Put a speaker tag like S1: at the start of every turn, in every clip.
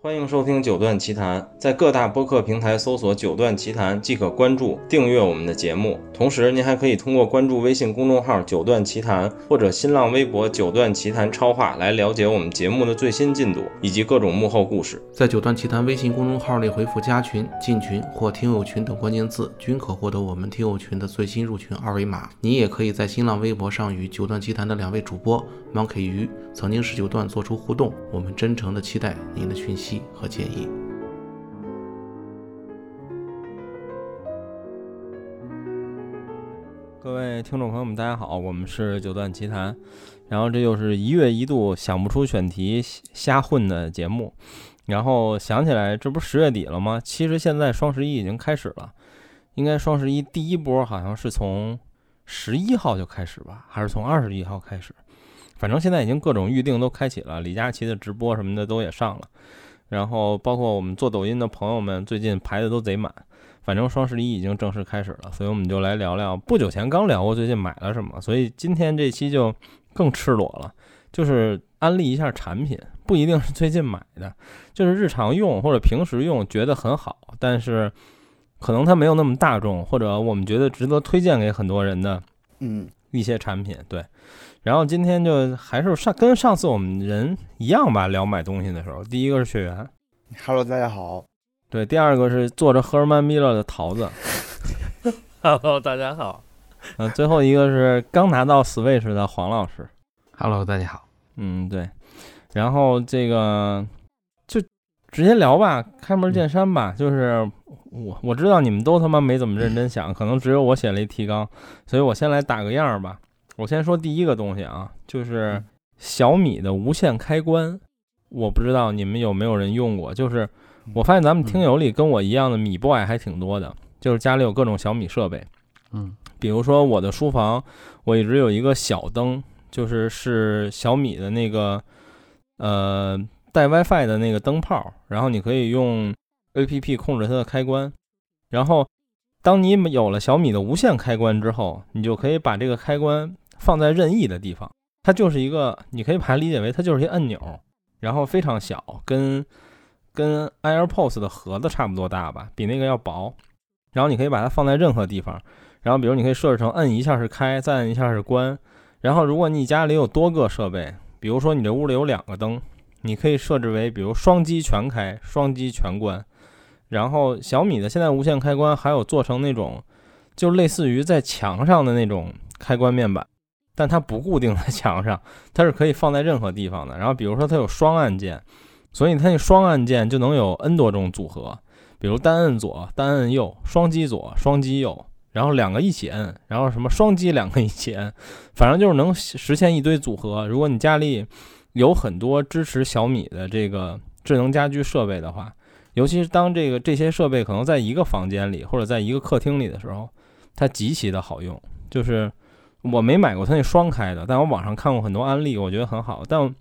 S1: 欢迎收听《九段奇谈》，在各大播客平台搜索“九段奇谈”即可关注、订阅我们的节目。同时，您还可以通过关注微信公众号“九段奇谈”或者新浪微博“九段奇谈超话”来了解我们节目的最新进度以及各种幕后故事。
S2: 在九段奇谈微信公众号内回复“加群”“进群”或“听友群”等关键字，均可获得我们听友群的最新入群二维码。你也可以在新浪微博上与九段奇谈的两位主播 Monkey 鱼曾经十九段做出互动，我们真诚的期待您的讯息和建议。
S1: 各位听众朋友们，大家好，我们是九段奇谈，然后这又是一月一度想不出选题瞎混的节目，然后想起来这不是十月底了吗？其实现在双十一已经开始了，应该双十一第一波好像是从十一号就开始吧，还是从二十一号开始？反正现在已经各种预定都开启了，李佳琦的直播什么的都也上了，然后包括我们做抖音的朋友们最近排的都贼满。反正双十一已经正式开始了，所以我们就来聊聊不久前刚聊过最近买了什么，所以今天这期就更赤裸了，就是安利一下产品，不一定是最近买的，就是日常用或者平时用觉得很好，但是可能它没有那么大众，或者我们觉得值得推荐给很多人的
S2: 嗯，
S1: 一些产品，对。然后今天就还是上跟上次我们人一样吧，聊买东西的时候，第一个是血缘，
S3: Hello，大家好。
S1: 对，第二个是坐着赫尔曼米勒的桃子，
S4: Hello，大家好。
S1: 嗯，最后一个是刚拿到 Switch 的黄老师。
S2: Hello，大家好。
S1: 嗯，对。然后这个就直接聊吧，开
S2: 嗯
S1: 门见山吧。就是我我知道你们都他妈没怎么认真想，可能只有我写了一提纲，所以我先来打个样儿吧。我先说第一个东西啊，就是
S2: 嗯
S1: 小米的无线开关，我不知道你们有没有人用过。就是我发现咱们听友里跟我一样的米 boy 还挺多的，就是家里有各种小米设备。
S2: 嗯，
S1: 比如说我的书房，我一直有一个小灯，就是是小米的那个呃带 WiFi 的那个灯泡，然后你可以用 APP 控制它的开关，然后当你有了小米的无线开关之后，你就可以把这个开关放在任意的地方，它就是一个，你可以把它理解为它就是一按钮，然后非常小，跟跟 AirPods 的盒子差不多大吧，比那个要薄，然后你可以把它放在任何地方。然后比如你可以设置成摁一下是开，再摁一下是关。然后如果你家里有多个设备，比如说你这屋里有两个灯，你可以设置为比如双击全开、双击全关。然后小米的现在无线开关还有做成那种，就类似于在墙上的那种开关面板，但它不固定在墙上，它是可以放在任何地方的。然后比如说它有双按键，所以它那双按键就能有 n 多种组合，比如单摁左、单摁右、双击左、双击右，然后两个一起摁，然后什么双击两个一起摁，反正就是能实现一堆组合。如果你家里有很多支持小米的这个智能家居设备的话，尤其是当这个这些设备可能在一个房间里或者在一个客厅里的时候，它极其的好用。就是我没买过它那双开的，但我网上看过很多案例，我觉得很好。但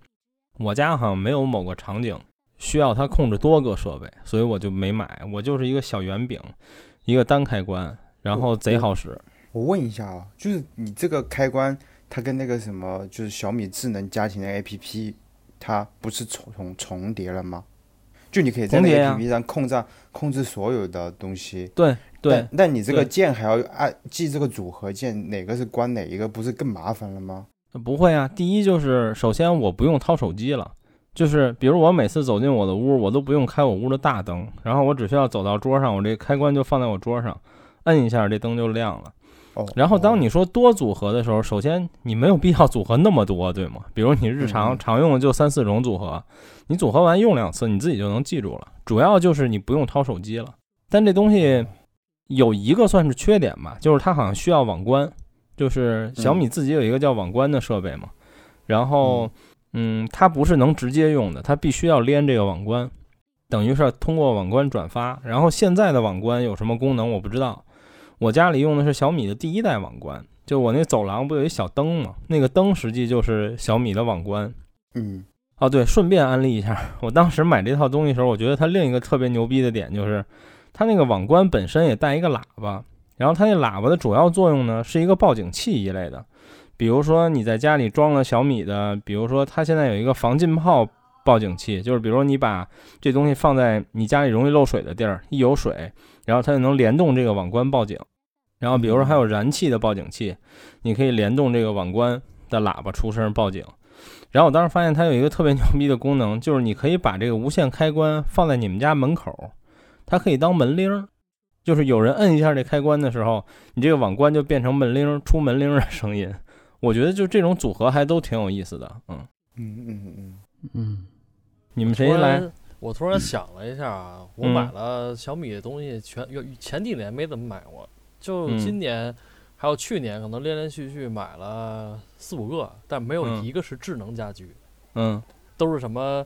S1: 我家好像没有某个场景需要它控制多个设备，所以我就没买。我就是一个小圆饼，一个单开关，然后贼好使。
S3: 我问一下啊，就是你这个开关，它跟那个什么，就是小米智能家庭的 APP，它不是重重重叠了吗？就你可以在那
S1: 重叠
S3: 个
S1: 呀
S3: APP 上控制控制所有的东西。
S1: 对对
S3: 但，但你这个
S1: 对
S3: 键还要按记这个组合键，哪个是关哪一个，不是更麻烦了吗？
S1: 不会啊。第一就是，首先我不用掏手机了，就是比如我每次走进我的屋，我都不用开我屋的大灯，然后我只需要走到桌上，我这开关就放在我桌上，摁一下，这灯就亮了。
S3: 哦，
S1: 然后当
S3: 哦
S1: 你说多组合的时候，首先你没有必要组合那么多，对吗？比如你日常
S3: 嗯
S1: 常用的就三四种组合，你组合完用两次，你自己就能记住了。主要就是你不用掏手机了。但这东西有一个算是缺点吧，就是它好像需要网关，就是小
S3: 嗯
S1: 米自己有一个叫网关的设备嘛。然后，嗯，它不是能直接用的，它必须要连这个网关，等于是通过网关转发。然后现在的网关有什么功能我不知道，我家里用的是小米的第一代网关，就我那走廊不有一小灯吗？那个灯实际就是小米的网关。
S3: 嗯，
S1: 哦，对，顺便安利一下， 我当时买这套东西的时候，我觉得它另一个特别牛逼的点就是，它那个网关本身也带一个喇叭，然后它那喇叭的主要作用呢是一个报警器一类的，比如说你在家里装了小米的，比如说它现在有一个防浸泡报警器，就是比如说你把这东西放在你家里容易漏水的地儿，一有水，然后它就能联动这个网关报警。然后比如说还有燃气的报警器，你可以联动这个网关的喇叭出声报警。然后我当时发现它有一个特别牛逼的功能，就是你可以把这个无线开关放在你们家门口，它可以当门铃儿，就是有人摁一下这开关的时候，你这个网关就变成门铃儿出门铃儿的声音。我觉得就这种组合还都挺有意思的，嗯，
S3: 嗯嗯嗯，
S2: 嗯，
S1: 你们谁来？？嗯
S4: 我突然想了一下啊，我买了小米的东西全，前前几年没怎么买过，就
S1: 嗯
S4: 今年、还有去年，可能连连续续买了四五个，但没有
S1: 嗯
S4: 一个是智能家居，
S1: 嗯，
S4: 都是什么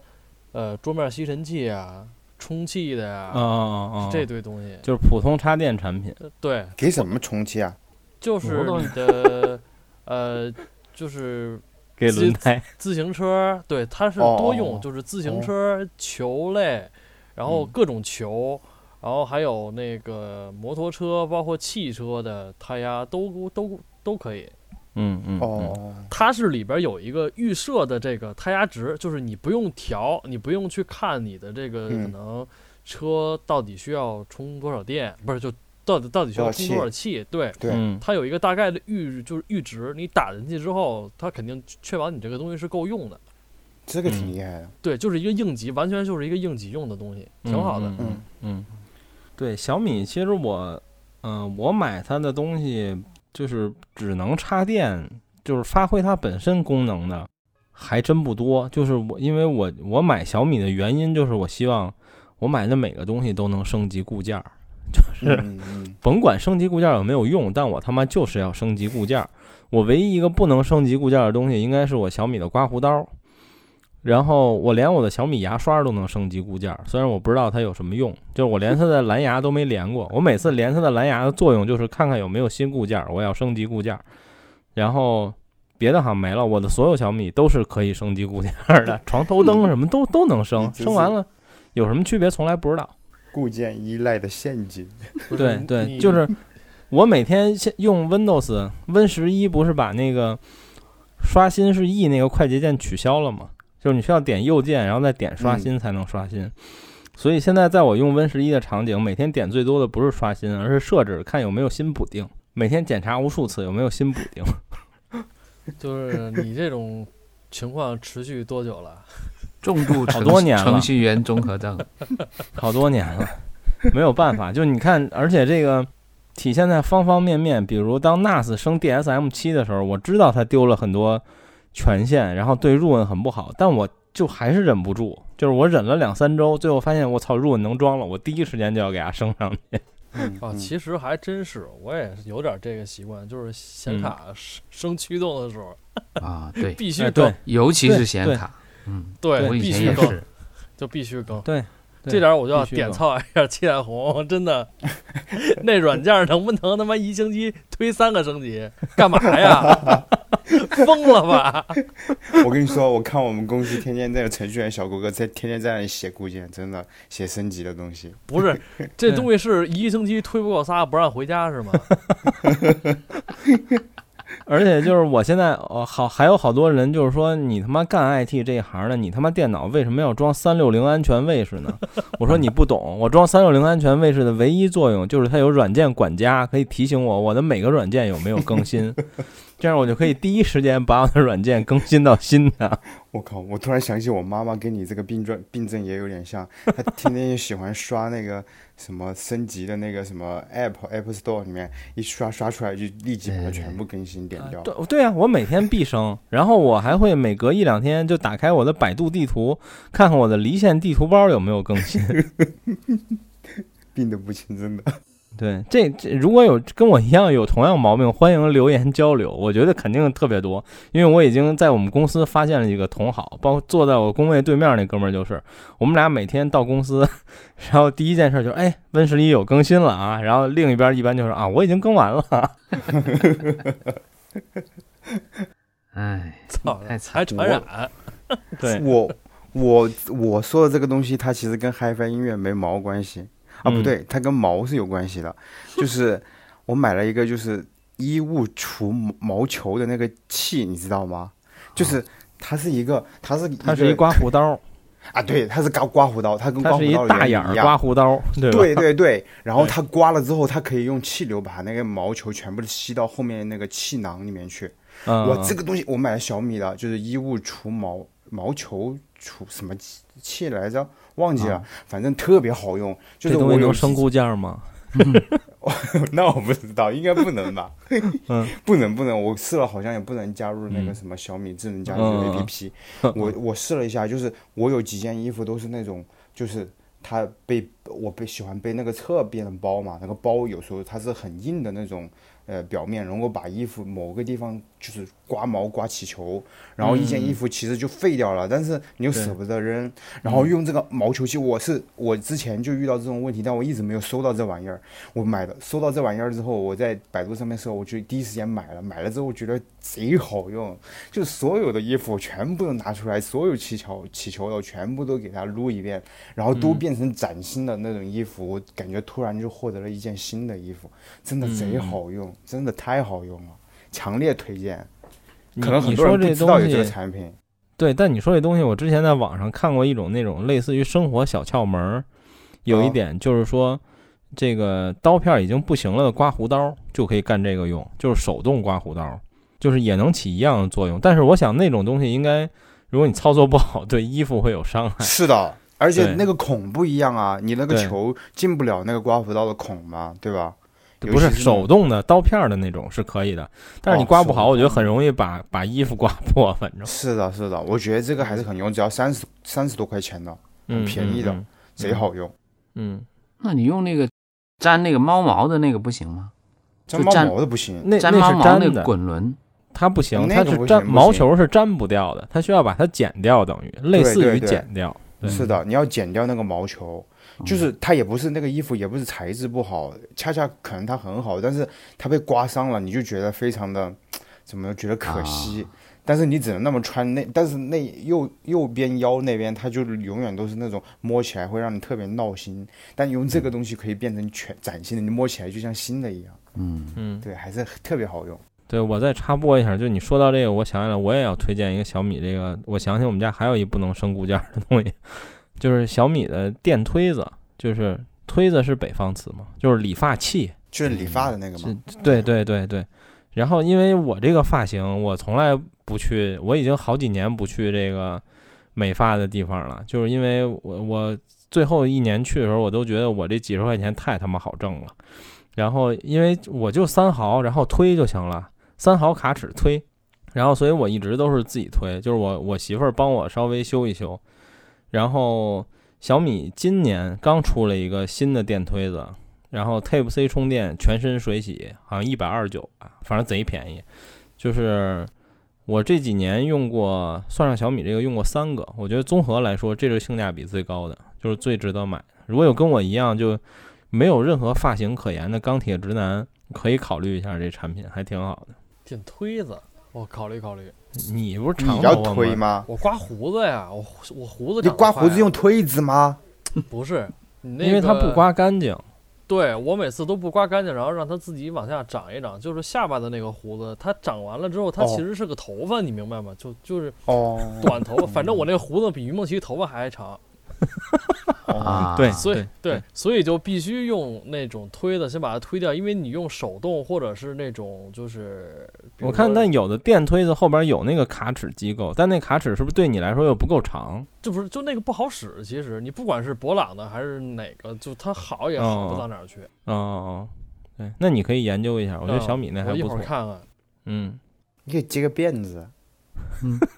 S4: 呃桌面吸尘器啊、充气的呀、
S1: 哦哦哦，
S4: 这堆东西。
S1: 就是普通插电产品，
S4: 呃对，
S3: 给什么充气
S1: 嗯
S3: 啊？
S4: 就是你 的呃，就是
S1: 给轮胎，
S4: 自行车，对，它是多用，
S3: 哦嗯
S4: 就是自行车、球类，然后各种球，然后还有那个摩托车，包括汽车的胎压都都都可以。
S1: 嗯嗯，嗯，
S3: 哦，
S4: 它是里边有一个预设的这个胎压值，就是你不用调，你不用去看你的这个
S3: 嗯
S4: 可能车到底需要充多少电，不是就到底到底需要
S3: 多少
S4: 充
S3: 气
S4: 多少气？对，
S3: 对
S1: 嗯
S4: 它有一个大概的阈，就是阈值，你打进去之后，它肯定确保你这个东西是够用的。
S3: 这个
S1: 嗯
S3: 挺厉害的。
S4: 对，就是一个应急，完全就是一个应急用的东西，挺好的。
S1: 嗯
S3: 嗯
S1: 嗯，对，小米其实我，嗯、我买它的东西就是只能插电，就是发挥它本身功能的还真不多。就是我，因为我我买小米的原因就是我希望我买的每个东西都能升级固件儿，就是。
S3: 嗯嗯
S1: 甭管升级固件有没有用，但我他妈就是要升级固件。我唯一一个不能升级固件的东西，应该是我小米的刮胡刀。然后我连我的小米牙刷都能升级固件，虽然我不知道它有什么用，就是我连它的蓝牙都没连过。我每次连它的蓝牙的作用就是看看有没有新固件，我要升级固件。然后别的好像没了，我的所有小米都是可以升级固件的，床头灯什么都都能升，升完了有什么区别从来不知道。
S3: 固件依赖的陷阱。
S4: 不是
S1: 对
S4: 你
S1: 对，
S4: 你
S1: 就是 我每天先用 Windows Win 十一，不是把那个刷新是 E 那个快捷键取消了吗？就是你需要点右键，然后再点刷
S4: 嗯
S1: 新才能刷新。所以现在在我用 Win 十一的场景，每天点最多的不是刷新，而是设置看有没有新补丁，每天检查无数次有没有新补丁。
S4: 就是你这种情况持续多久了？
S2: 重度
S1: 程多年了程
S2: 序员综合 症。
S1: 好多年了，没有办法。就你看，而且这个体现在方方面面，比如当 NAS 升 DSM 七的时候，我知道它丢了很多权限，然后对 Run 很不好，但我就还是忍不住，就是我忍了两三周，最后发现我操 Run 能装了，我第一时间就要给它升上去。
S3: 嗯
S4: 啊，其实还真是，我也是有点这个习惯，就是显
S1: 嗯
S4: 卡升升驱动的时候
S5: 啊，对，
S4: 必须
S1: 哎，
S4: 更
S1: 对，
S5: 尤其
S1: 对
S5: 是显
S1: 对
S5: 卡，嗯，
S4: 对
S5: 我以
S4: 必
S5: 前
S4: 须
S5: 也
S4: 更
S5: 是，
S4: 就必须更。
S1: 对对
S4: 这点我就要
S1: 必须
S4: 点
S1: 更
S4: 操一下七彩虹，真的， 那软件能不能他妈一星期推三个升级？干嘛 呀？疯了吧？
S3: 我跟你说，我看我们公司天天那个程序员小哥哥在天天在那里写固件，真的写升级的东西。
S4: 不是，这东西是一星期推不过仨，不让回家是吗？
S1: 而且就是我现在，哦，好，还有好多人就是说，你他妈干 IT 这一行的，你他妈电脑为什么要装三六零安全卫士 呢？我说你不懂，我装三六零安全卫士的唯一作用就是它有软件管家，可以提醒我我的每个软件有没有更 新，这样我就可以第一时间把我的软件更新到新的。
S3: 我靠！我突然想起我妈妈跟你这个病症病症也有点像，她天天就喜欢刷那个什么升级的那个什么 App App Store 里面一刷刷出来就立即把它全部更新点 掉。
S1: 对对啊，我每天必升，然后我还会每隔一两天就打开我的百度地图，看看我的离线地图包有没有更新。
S3: 病得不轻，真的。
S1: 对，这这如果有跟我一样有同样毛病，欢迎留言交流。我觉得肯定特别多，因为我已经在我们公司发现了几个同好，包括坐在我工位对面那哥们儿就是，我们俩每天到公司， 然后第一件事就是，哎，Win 十一有更新了啊，然后另一边一般就是啊，我已经更完了。
S5: 哎，
S4: 操，
S5: 太惨
S4: 还传染，
S1: 对，
S3: 我我我说的这个东西，它其实跟 HiFi 音乐没毛关系啊，不
S1: 嗯
S3: 对，它跟毛是有关系的。 就是我买了一个就是衣物除毛毛球的那个器，你知道吗？就是它是一个，它是
S1: 哦它是
S3: 个
S1: 一刮胡刀，
S3: 啊，对，它是刮刮胡刀，它跟刮
S1: 它
S3: 胡
S1: 是一
S3: 刀的
S1: 大眼
S3: 原理
S1: 儿
S3: 一
S1: 刮
S3: 样。
S1: 胡刀，对吧？
S3: 对 对对，然后它刮了之后，它可以用气流把那个毛球全部吸到后面那个气囊里面去。
S1: 嗯，
S3: 我这个东西我买了小米的，就是衣物除毛毛球除什么气气来着，忘记了，反正特别好用。
S1: 嗯这
S3: 就是
S1: 东
S3: 我
S1: 西
S3: 有
S1: 能
S3: 一
S1: 升
S3: 次，
S1: 估价吗？
S3: 那我不知道，应该不能吧？
S1: 嗯，
S3: 不能不能，我试了好像也不能加入那个什么小米智能家居的
S1: 嗯嗯嗯
S3: APP。我我试了一下，就是我有几件衣服都是那种，就是它背我背喜欢背那个侧边的包嘛，那个包有时候它是很硬的那种，呃，表面能够把衣服某个地方就是刮毛刮起球，然后一件衣服其实就废掉了，但是你又舍不得扔，然后用这个毛球器，我是我之前就遇到这种问题，但我一直没有收到这玩意儿，我买的收到这玩意儿之后，我在百度上面搜，我就第一时间买了，买了之后觉得贼好用，就所有的衣服全部都拿出来，所有起球起球的我全部都给它撸一遍，然后都变成崭新的那种衣服，我感觉突然就获得了一件新的衣服，真的贼好用，真的太好用了，强烈推荐。
S1: 你
S3: 可能很
S1: 你
S3: 多
S1: 说
S3: 人不
S1: 这
S3: 知道
S1: 东
S3: 有这个
S1: 西，
S3: 产品，
S1: 对，但你说这东西，我之前在网上看过一种那种类似于生活小窍门儿，有一
S3: 哦
S1: 点就是说，这个刀片儿已经不行了的刮胡刀就可以干这个用，就是手动刮胡刀，就是也能起一样的作用。但是我想那种东西应该，如果你操作不好，对衣服会有伤害。
S3: 是的，哎而且
S1: 对
S3: 那个孔不一样啊，你那个
S1: 对
S3: 球进不了那个刮胡刀的孔嘛，对吧？尤
S1: 不是
S3: 其那
S1: 手
S3: 种
S1: 动的刀片儿的那种是可以的，但是你
S3: 哦
S1: 刮
S3: 手
S1: 不好，我觉得
S3: 动
S1: 很容易把把衣服刮破，反正
S3: 是的，是的，我觉得这个还是很用，只要三十三十多块钱呢，
S1: 嗯
S3: 便宜的
S1: 嗯
S3: 贼好用。
S1: 嗯，
S5: 那你用那个粘那个猫毛的那个不行吗？
S3: 粘
S5: 就
S3: 猫
S5: 粘
S3: 毛的不行，
S1: 那
S5: 粘
S1: 那
S5: 猫
S1: 是
S5: 毛那
S1: 粘
S5: 个
S1: 的，
S5: 滚轮，
S1: 它不行，
S3: 那
S1: 它
S3: 个
S1: 是
S3: 不
S1: 粘
S3: 行不
S1: 毛
S3: 行
S1: 球是粘不掉的，它需要把它剪掉，等于类
S3: 对
S1: 似
S3: 对
S1: 于
S3: 对
S1: 剪掉。对
S3: 是的，你要剪掉那个毛球，就是它也不是那个衣服，也不是材质不好，恰恰可能它很好，但是它被刮伤了，你就觉得非常的怎么觉得可惜。
S1: 啊
S3: 但是你只能那么穿那，但是那右右边腰那边，它就永远都是那种摸起来会让你特别闹心。但用这个东西可以变成全崭新的，你摸起来就像新的一样。
S5: 嗯，
S1: 嗯，
S3: 对，还是特别好用。
S1: 对，我再插播一下，就你说到这个，我想起来，我也要推荐一个小米这个，我想起我们家还有一不能升骨架的东西，就是小米的电推子，就是推子是北方词嘛，就是理发器。
S3: 就是理发的那个嘛，
S1: 是，对对对对。然后因为我这个发型，我从来不去，我已经好几年不去这个美发的地方了，就是因为我我最后一年去的时候，我都觉得我这几十块钱太他妈好挣了。然后因为我就三毫，然后推就行了，三毫卡尺推。然后所以我一直都是自己推，就是我我媳妇儿帮我稍微修一修。然后小米今年刚出了一个新的电推子，然后 Type C 充电，全身水洗，好像一百二十九吧，反正贼便宜。就是我这几年用过，算上小米这个用过三个，我觉得综合来说，这是性价比最高的，就是最值得买的。如果有跟我一样就没有任何发型可言的钢铁直男，可以考虑一下这产品，还挺好的。
S4: 电推子，我考虑考虑。
S1: 你不是
S3: 你
S1: 长
S3: 要
S1: 头发
S3: 推
S1: 吗？
S3: 吗？
S4: 我刮胡子呀，我胡我胡子
S3: 你
S4: 长得
S3: 刮
S4: 快
S3: 胡子
S4: 呀
S3: 用推子吗？
S4: 不是，你那
S1: 因为它不
S4: 个
S1: 刮干净。
S4: 对我每次都不刮干净，然后让它自己往下长一长，就是下巴的那个胡子，它长完了之后，它
S3: 哦
S4: 其实是个头发，你明白吗？就就是
S3: 哦，
S4: 短头发，反正我那个胡子比于梦琪头发还长，
S3: 哦
S5: 啊，
S1: 对
S4: 所以对，所以就必须用那种推的先把它推掉，因为你用手动或者是那种就是，比
S1: 我
S4: 如
S1: 看，
S4: 说
S1: 但有的电推子后边有那个卡尺机构，但那卡尺是不是对你来说又不够长？
S4: 这不是就那个不好使，其实你不管是博朗的还是哪个，就它好也好
S1: 哦
S4: 不到哪儿去。
S1: 哦哦，对，那你可以研究一下，我觉得
S4: 嗯
S1: 小米那还
S4: 我一
S1: 不
S4: 会
S1: 错
S4: 儿。看看，
S1: 嗯，
S3: 你可以接个辫子。
S5: 嗯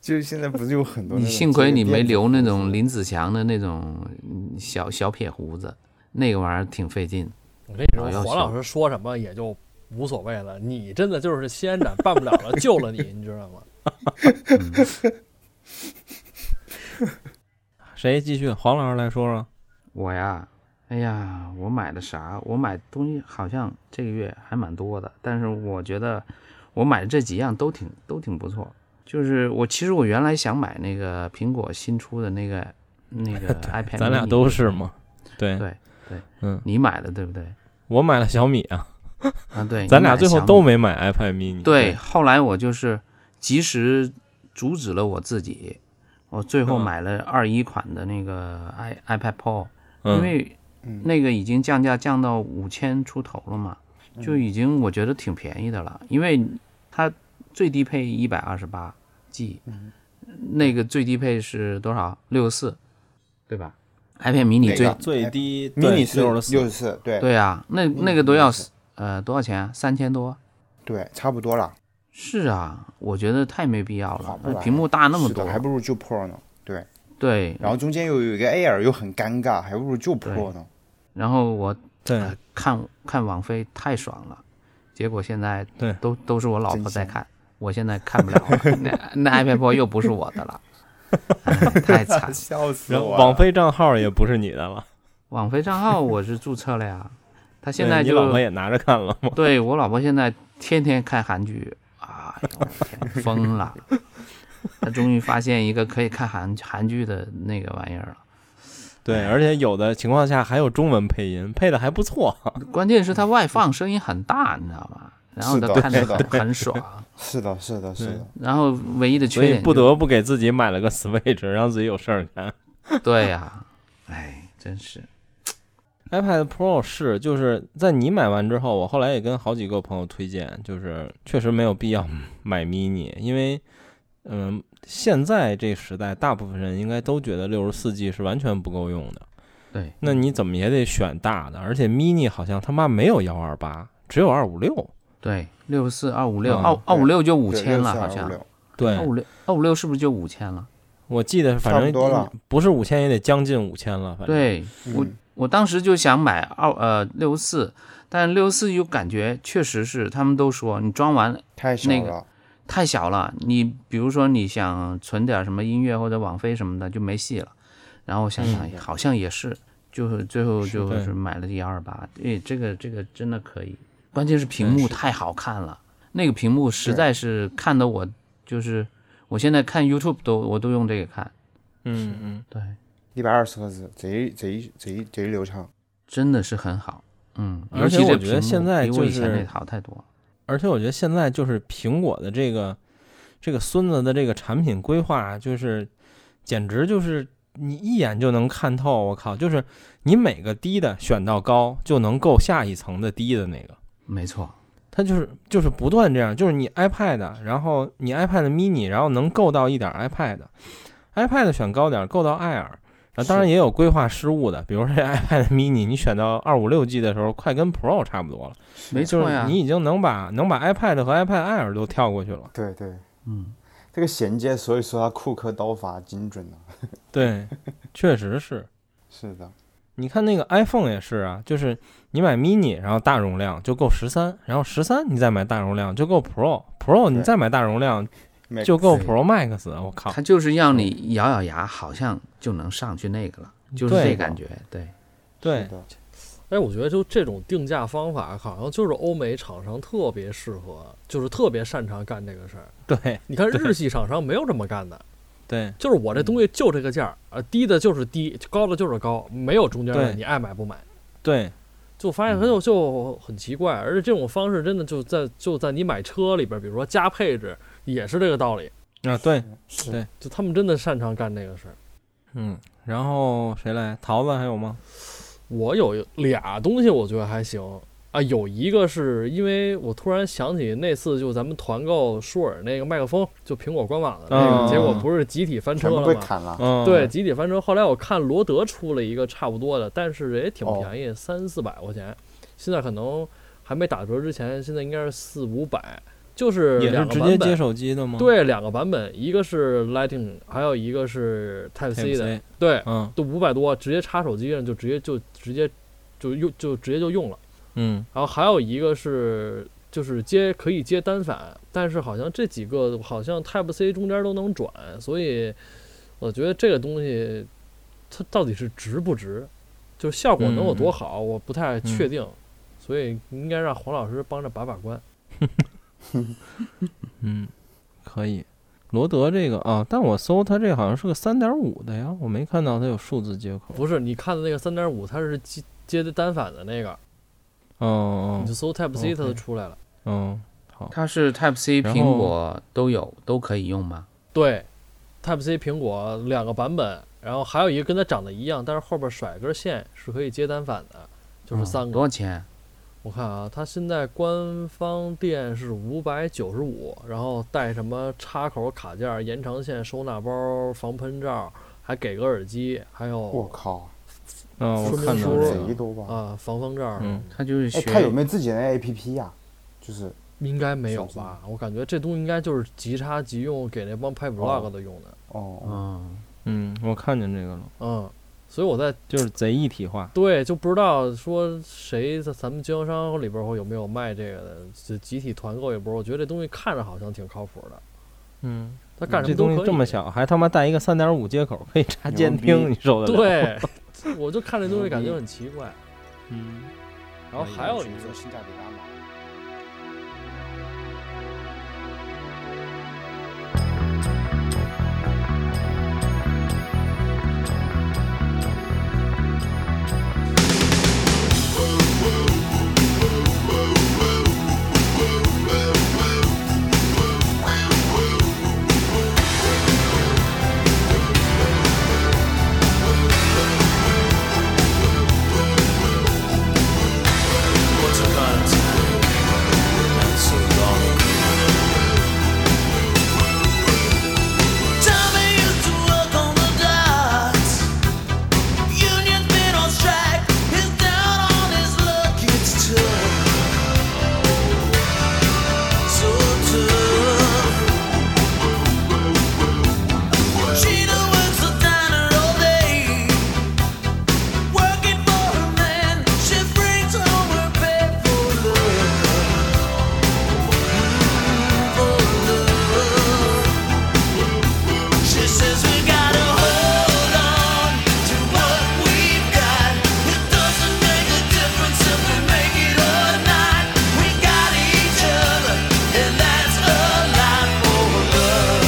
S3: 就是现在不是有很多那
S5: 你
S3: 种
S5: 幸亏
S3: 接个
S5: 你没
S3: 辫子
S5: 留
S3: 的
S5: 那
S3: 胡
S5: 种
S3: 子
S5: 林子祥的那种嗯小小撇胡子，那个玩意儿挺费劲。
S4: 我跟你说
S5: 啊，要
S4: 黄
S5: 修
S4: 老师说什么也就无所谓了。你真的就是西安展办不了了，救了你，你知道吗？
S5: 嗯
S1: 谁继续？黄老师来说说。
S5: 我呀，哎呀，我买的啥？我买东西好像这个月还蛮多的，但是我觉得我买的这几样都挺都挺不错。就是我其实我原来想买那个苹果新出的那个那 个 iPad，
S1: 咱俩
S5: mini
S1: 都是嘛。对
S5: 对对，
S1: 嗯，
S5: 你买的对不对？
S1: 我买了小米啊，
S5: 啊，对，
S1: 咱
S5: 你
S1: 俩
S5: 买的
S1: 最后
S5: 小
S1: 都
S5: 米
S1: 没买 iPad mini。
S5: 对，，后来我就是及时阻止了我自己，我最后
S1: 嗯
S5: 买了二一款的那个 i iPad Pro，因
S1: 嗯
S5: 为
S3: 嗯
S5: 那个已经降价降到五千出头了嘛，就
S3: 嗯
S5: 已经我觉得挺便宜的了，因为它最低配一百二十八 G，那
S3: 嗯
S5: 个最低配是多少？六十四，对吧？iPad mini
S3: 哪
S5: 最
S3: 个
S1: 最低对
S3: mini 是
S1: 六十
S3: 六
S1: 四，
S3: 十四，对
S5: 对啊，那那个都
S3: 那嗯
S5: 要
S3: 个是
S5: 呃多少钱啊？三千多。
S3: 对，差不多了，
S5: 是啊，我觉得太没必要
S3: 划
S5: 了
S3: 不，来
S5: 屏幕大那么
S3: 是的
S5: 多，嗯
S3: 还不如就 Pro 呢。对，
S5: 对，
S3: 然后中间又有一个 Air，又很尴尬，还不如就 Pro 呢。
S5: 然后我
S1: 对
S5: 呃看看网飞太爽了，结果现在
S1: 对
S5: 都都是我老婆
S3: 真
S5: 在
S3: 香。
S5: 看，我现在看不了了那那 iPad Pro 又不是我的了，哎太惨
S3: 笑死
S1: 然后网飞账号也不是你的了，
S5: 网飞账号我是注册了呀，他现
S1: 对
S5: 在
S1: 你
S5: 就
S1: 老婆也拿着看了吗？
S5: 对我老婆现在天天看韩剧，啊，我的天，疯 了！她终于发现一个可以看韩韩剧的那个玩意儿了。
S1: 对，而且有的情况下还有中文配音，配的还不错。
S5: 关键是它外放声音很大，你知道吗？然后
S3: 是
S5: 她
S3: 的
S5: 看着
S3: 是的
S5: 很很爽。
S3: 是的，是的，是的，
S5: 然后唯一的缺
S1: 所以
S5: 点
S1: 不
S5: 就
S1: 得不给自己买了个 Switch，让自己有事儿干。
S5: 对呀、哎，真是
S1: iPad Pro 是就是在你买完之后，我后来也跟好几个朋友推荐，就是确实没有必要 买 mini，因为嗯、现在这时代大部分人应该都觉得六十四 G 是完全不够用的。
S5: 对，
S1: 那你怎么也得选大的，而且 mini 好像他妈没有幺二八，只有二五六。
S5: 对六十四二五六
S1: 嗯
S5: 二二五六就五
S3: 对
S5: 千了，
S3: 64256
S5: 好像
S1: 对
S5: 二，五六二五六是不是就五千了？
S1: 我记得反
S3: 差不多
S1: 正
S3: 了
S1: 不是五千也得将近五千了，反正
S5: 对我
S3: 嗯
S5: 我当时就想买二呃六十四，但六十四又感觉确实是他们都说你装完
S3: 太小
S5: 那个
S3: 了，
S5: 太小了，你比如说你想存点什么音乐或者网飞什么的就没戏了。然后我想想，好像也是，就是最后就是
S1: 嗯对
S5: 是买了幺二八，对，这个这个真的可以，关键是屏幕太好看了，那个屏幕实在是看得我就是我现在看 YouTube 都我都用这个看，
S1: 嗯嗯，
S5: 对，
S3: 一百二十赫兹，贼贼贼贼流畅。
S5: 真的是很好，嗯，
S1: 而
S5: 尤其
S1: 且我
S5: 这
S1: 觉
S5: 屏
S1: 得
S5: 幕
S1: 现在
S5: 比我以
S1: 就
S5: 前
S1: 是
S5: 那好太多了，
S1: 而且我觉得现在就是苹果的这个这个孙子的这个产品规划，啊就是简直就是你一眼就能看透。我靠，就是你每个低的选到高，就能够下一层的低的那个。
S5: 没错，
S1: 它就是就是不断这样，就是你 iPad，然后你 iPad mini，然后能够到一点 iPad，iPad 选高点，够到 Air。啊，当然
S3: 是
S1: 也有规划失误的，比如说这 iPad mini，你选到二五六 G 的时候，快跟 Pro 差不多了。
S5: 没
S1: 就
S5: 错
S1: 是
S3: 啊
S5: 呀，
S1: 你已经能把能把 iPad 和 iPad Air 都跳过去 了。
S3: 对对，
S5: 嗯，
S3: 这个衔接，所以说它库克刀法精准啊。
S1: 对，确实是。
S3: 是的，
S1: 你看那个 iPhone 也是啊，就是你买 mini，然后大容量就够十三，然后十三你再买大容量就够 Pro，Pro 你
S3: 对
S1: 再买大容量
S3: 每
S1: 就够
S5: 对
S1: Pro Max。我靠
S5: 它，就是让你咬咬牙，好像就能上去那个了，就是
S1: 对
S5: 这感觉，对。
S1: 对
S3: 是，的
S4: 哎，我觉得就这种定价方法，好像就是欧美厂商特别适合，就是特别擅长干这个事儿。
S1: 对，
S4: 你看
S1: 对嗯
S4: 日系厂商没有这么干的，
S1: 对，
S4: 就是我这东西就这个价儿，啊，低的就是低，高的就是高，没有中间的，
S1: 对
S4: 你爱买不买。
S1: 对，
S4: 就发现它就就很奇怪，而且这种方式真的就在就在你买车里边，比如说加配置也是这个道理，
S1: 啊，对，
S3: 嗯
S4: 就他们真的擅长干这个事儿。
S1: 嗯。然后谁来？桃子还有吗？
S4: 我有俩东西，我觉得还行啊。有一个是因为我突然想起那次就咱们团购舒尔那个麦克风，就苹果官网的那个，
S1: 嗯
S4: 结果不是集体翻车
S3: 全部
S4: 了
S3: 被
S4: 吗？
S3: 砍了。
S1: 嗯，
S4: 对，，集体翻车。后来我看罗德出了一个差不多的，但是也挺
S3: 哦
S4: 便宜，三四百块钱。现在可能还没打折之前，现在应该是四五百，就是
S1: 也是
S4: 两个
S1: 直接
S4: 版
S1: 接
S4: 本。
S1: 手机的吗？
S4: 对，两个版本，一个是 Lightning，还有一个是 Type C 的。
S1: ，C，
S4: 对，
S1: 嗯
S4: 都五百多，直接插手机上就直接就直接就用就直接就用了。
S1: 嗯，
S4: 然后还有一个是就是接可以接单反，但是好像这几个好像 Type C 中间都能转，所以我觉得这个东西它到底是值不值，就是效果能有
S1: 嗯
S4: 多好，我不太确定。所以应该让黄老师帮着把把关。
S1: 嗯，可以。罗德这个啊，但我搜它这好像是个三点五的呀，我没看到它有数字接口。
S4: 不是你看的那个三点五，它是接接的单反的那个，
S1: 哦
S4: 你就搜 Type C 它就
S1: OK
S4: 出来了。
S1: 哦哦，
S5: 它是 Type C、
S1: 然
S5: 苹
S1: 后
S5: 果都有，都可以用吗？
S4: 对， Type C 苹果两个版本，然后还有一个跟它长得一样，但是后边甩根线是可以接单反的，就是三个。
S5: 嗯多少钱？
S4: 我看啊，它现在官方店是五百九十五，然后带什么插口卡架、延长线、收纳包、防喷罩，还给个耳机，还
S3: 我
S4: 有
S3: 靠，
S1: 嗯，我
S4: 说明
S1: 看到
S4: 书
S1: 了这
S3: 贼
S1: 个，
S3: 多吧？
S4: 啊防风罩。
S1: 嗯，
S5: 他就是
S3: 哎，
S5: 学
S3: 他有没有自己的 APP 呀、就是
S4: 应该没有
S3: 手机
S4: 吧？我感觉这东西应该就是即插即用，给那帮拍 vlog 的用的。
S1: 啊
S3: 哦，
S5: 嗯，
S1: 嗯，我看见这个了，
S4: 嗯，所以我在
S1: 就是贼一体化，
S4: 对就不知道说谁在咱们经销商里边会有没有卖这个的，就集体团购一波。我觉得这东西看着好像挺靠谱的，
S1: 嗯，
S4: 它干什
S1: 这
S4: 么
S1: 东
S4: 都可以。
S1: 西这么，小，还他妈带一个三点五接口，可以插监
S3: 牛
S1: 听，
S3: 逼
S1: 你受得了？，
S4: 对，我就看这东西感觉很奇怪。
S1: 嗯，
S4: 然后还有一
S3: 你
S4: 个
S3: 说性价比大吗？
S6: What's a man's not so long ago? Tommy used to work on the docks. Union's been on strike. He's down on his luck. It's tough. So tough. Sheena works the oh, diner all day. Working for her man, she brings home her bed for love. For love. She says we gotta hold on to what we've got. It doesn't make a difference if we make it or not. We got each other, and that's a lot for love.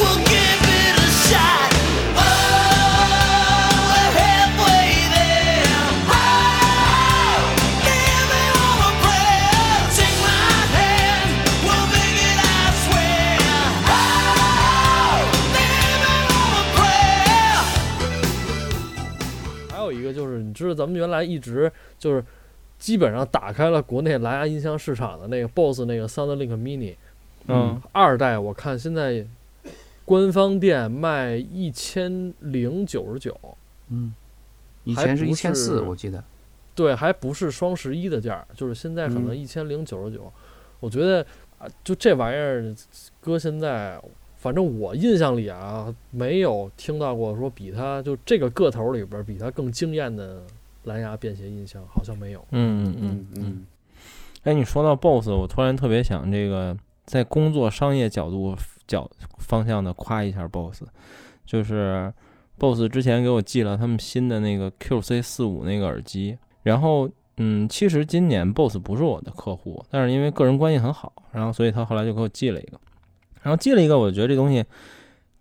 S6: We'll give it a shot. Oh, we're halfway there. Oh, give it all a prayer. Take my hand, we'll make it. I swear. Oh, give it all a prayer.
S4: 还有一个就是，你知道咱们原来一直就是基本上打开了国内蓝牙音箱市场的那个 BOSS 那个 SoundLink Mini，
S1: 嗯，
S4: 二代我看现在官方店卖一千零九十九，
S5: 嗯，以
S4: 还
S5: 前是
S4: 不
S5: 一千
S4: 是
S5: 四，我记得。
S4: 对，还不是双十一的价儿，就是现在可能一千零九十九。我觉得啊，就这玩意儿，搁现在，反正我印象里啊，没有听到过说比它就这个个头里边儿比它更惊艳的蓝牙便携音箱，好像没有。
S1: 嗯嗯嗯嗯。
S3: 嗯
S1: 哎，你说到 BOSS，我突然特别想这个在工作商业角度角方向的夸一下 BOSS，就是 BOSS 之前给我寄了他们新的那个 QC 四五那个耳机，然后嗯，其实今年 BOSS 不是我的客户，但是因为个人关系很好，然后所以他后来就给我寄了一个，然后寄了一个，我觉得这东西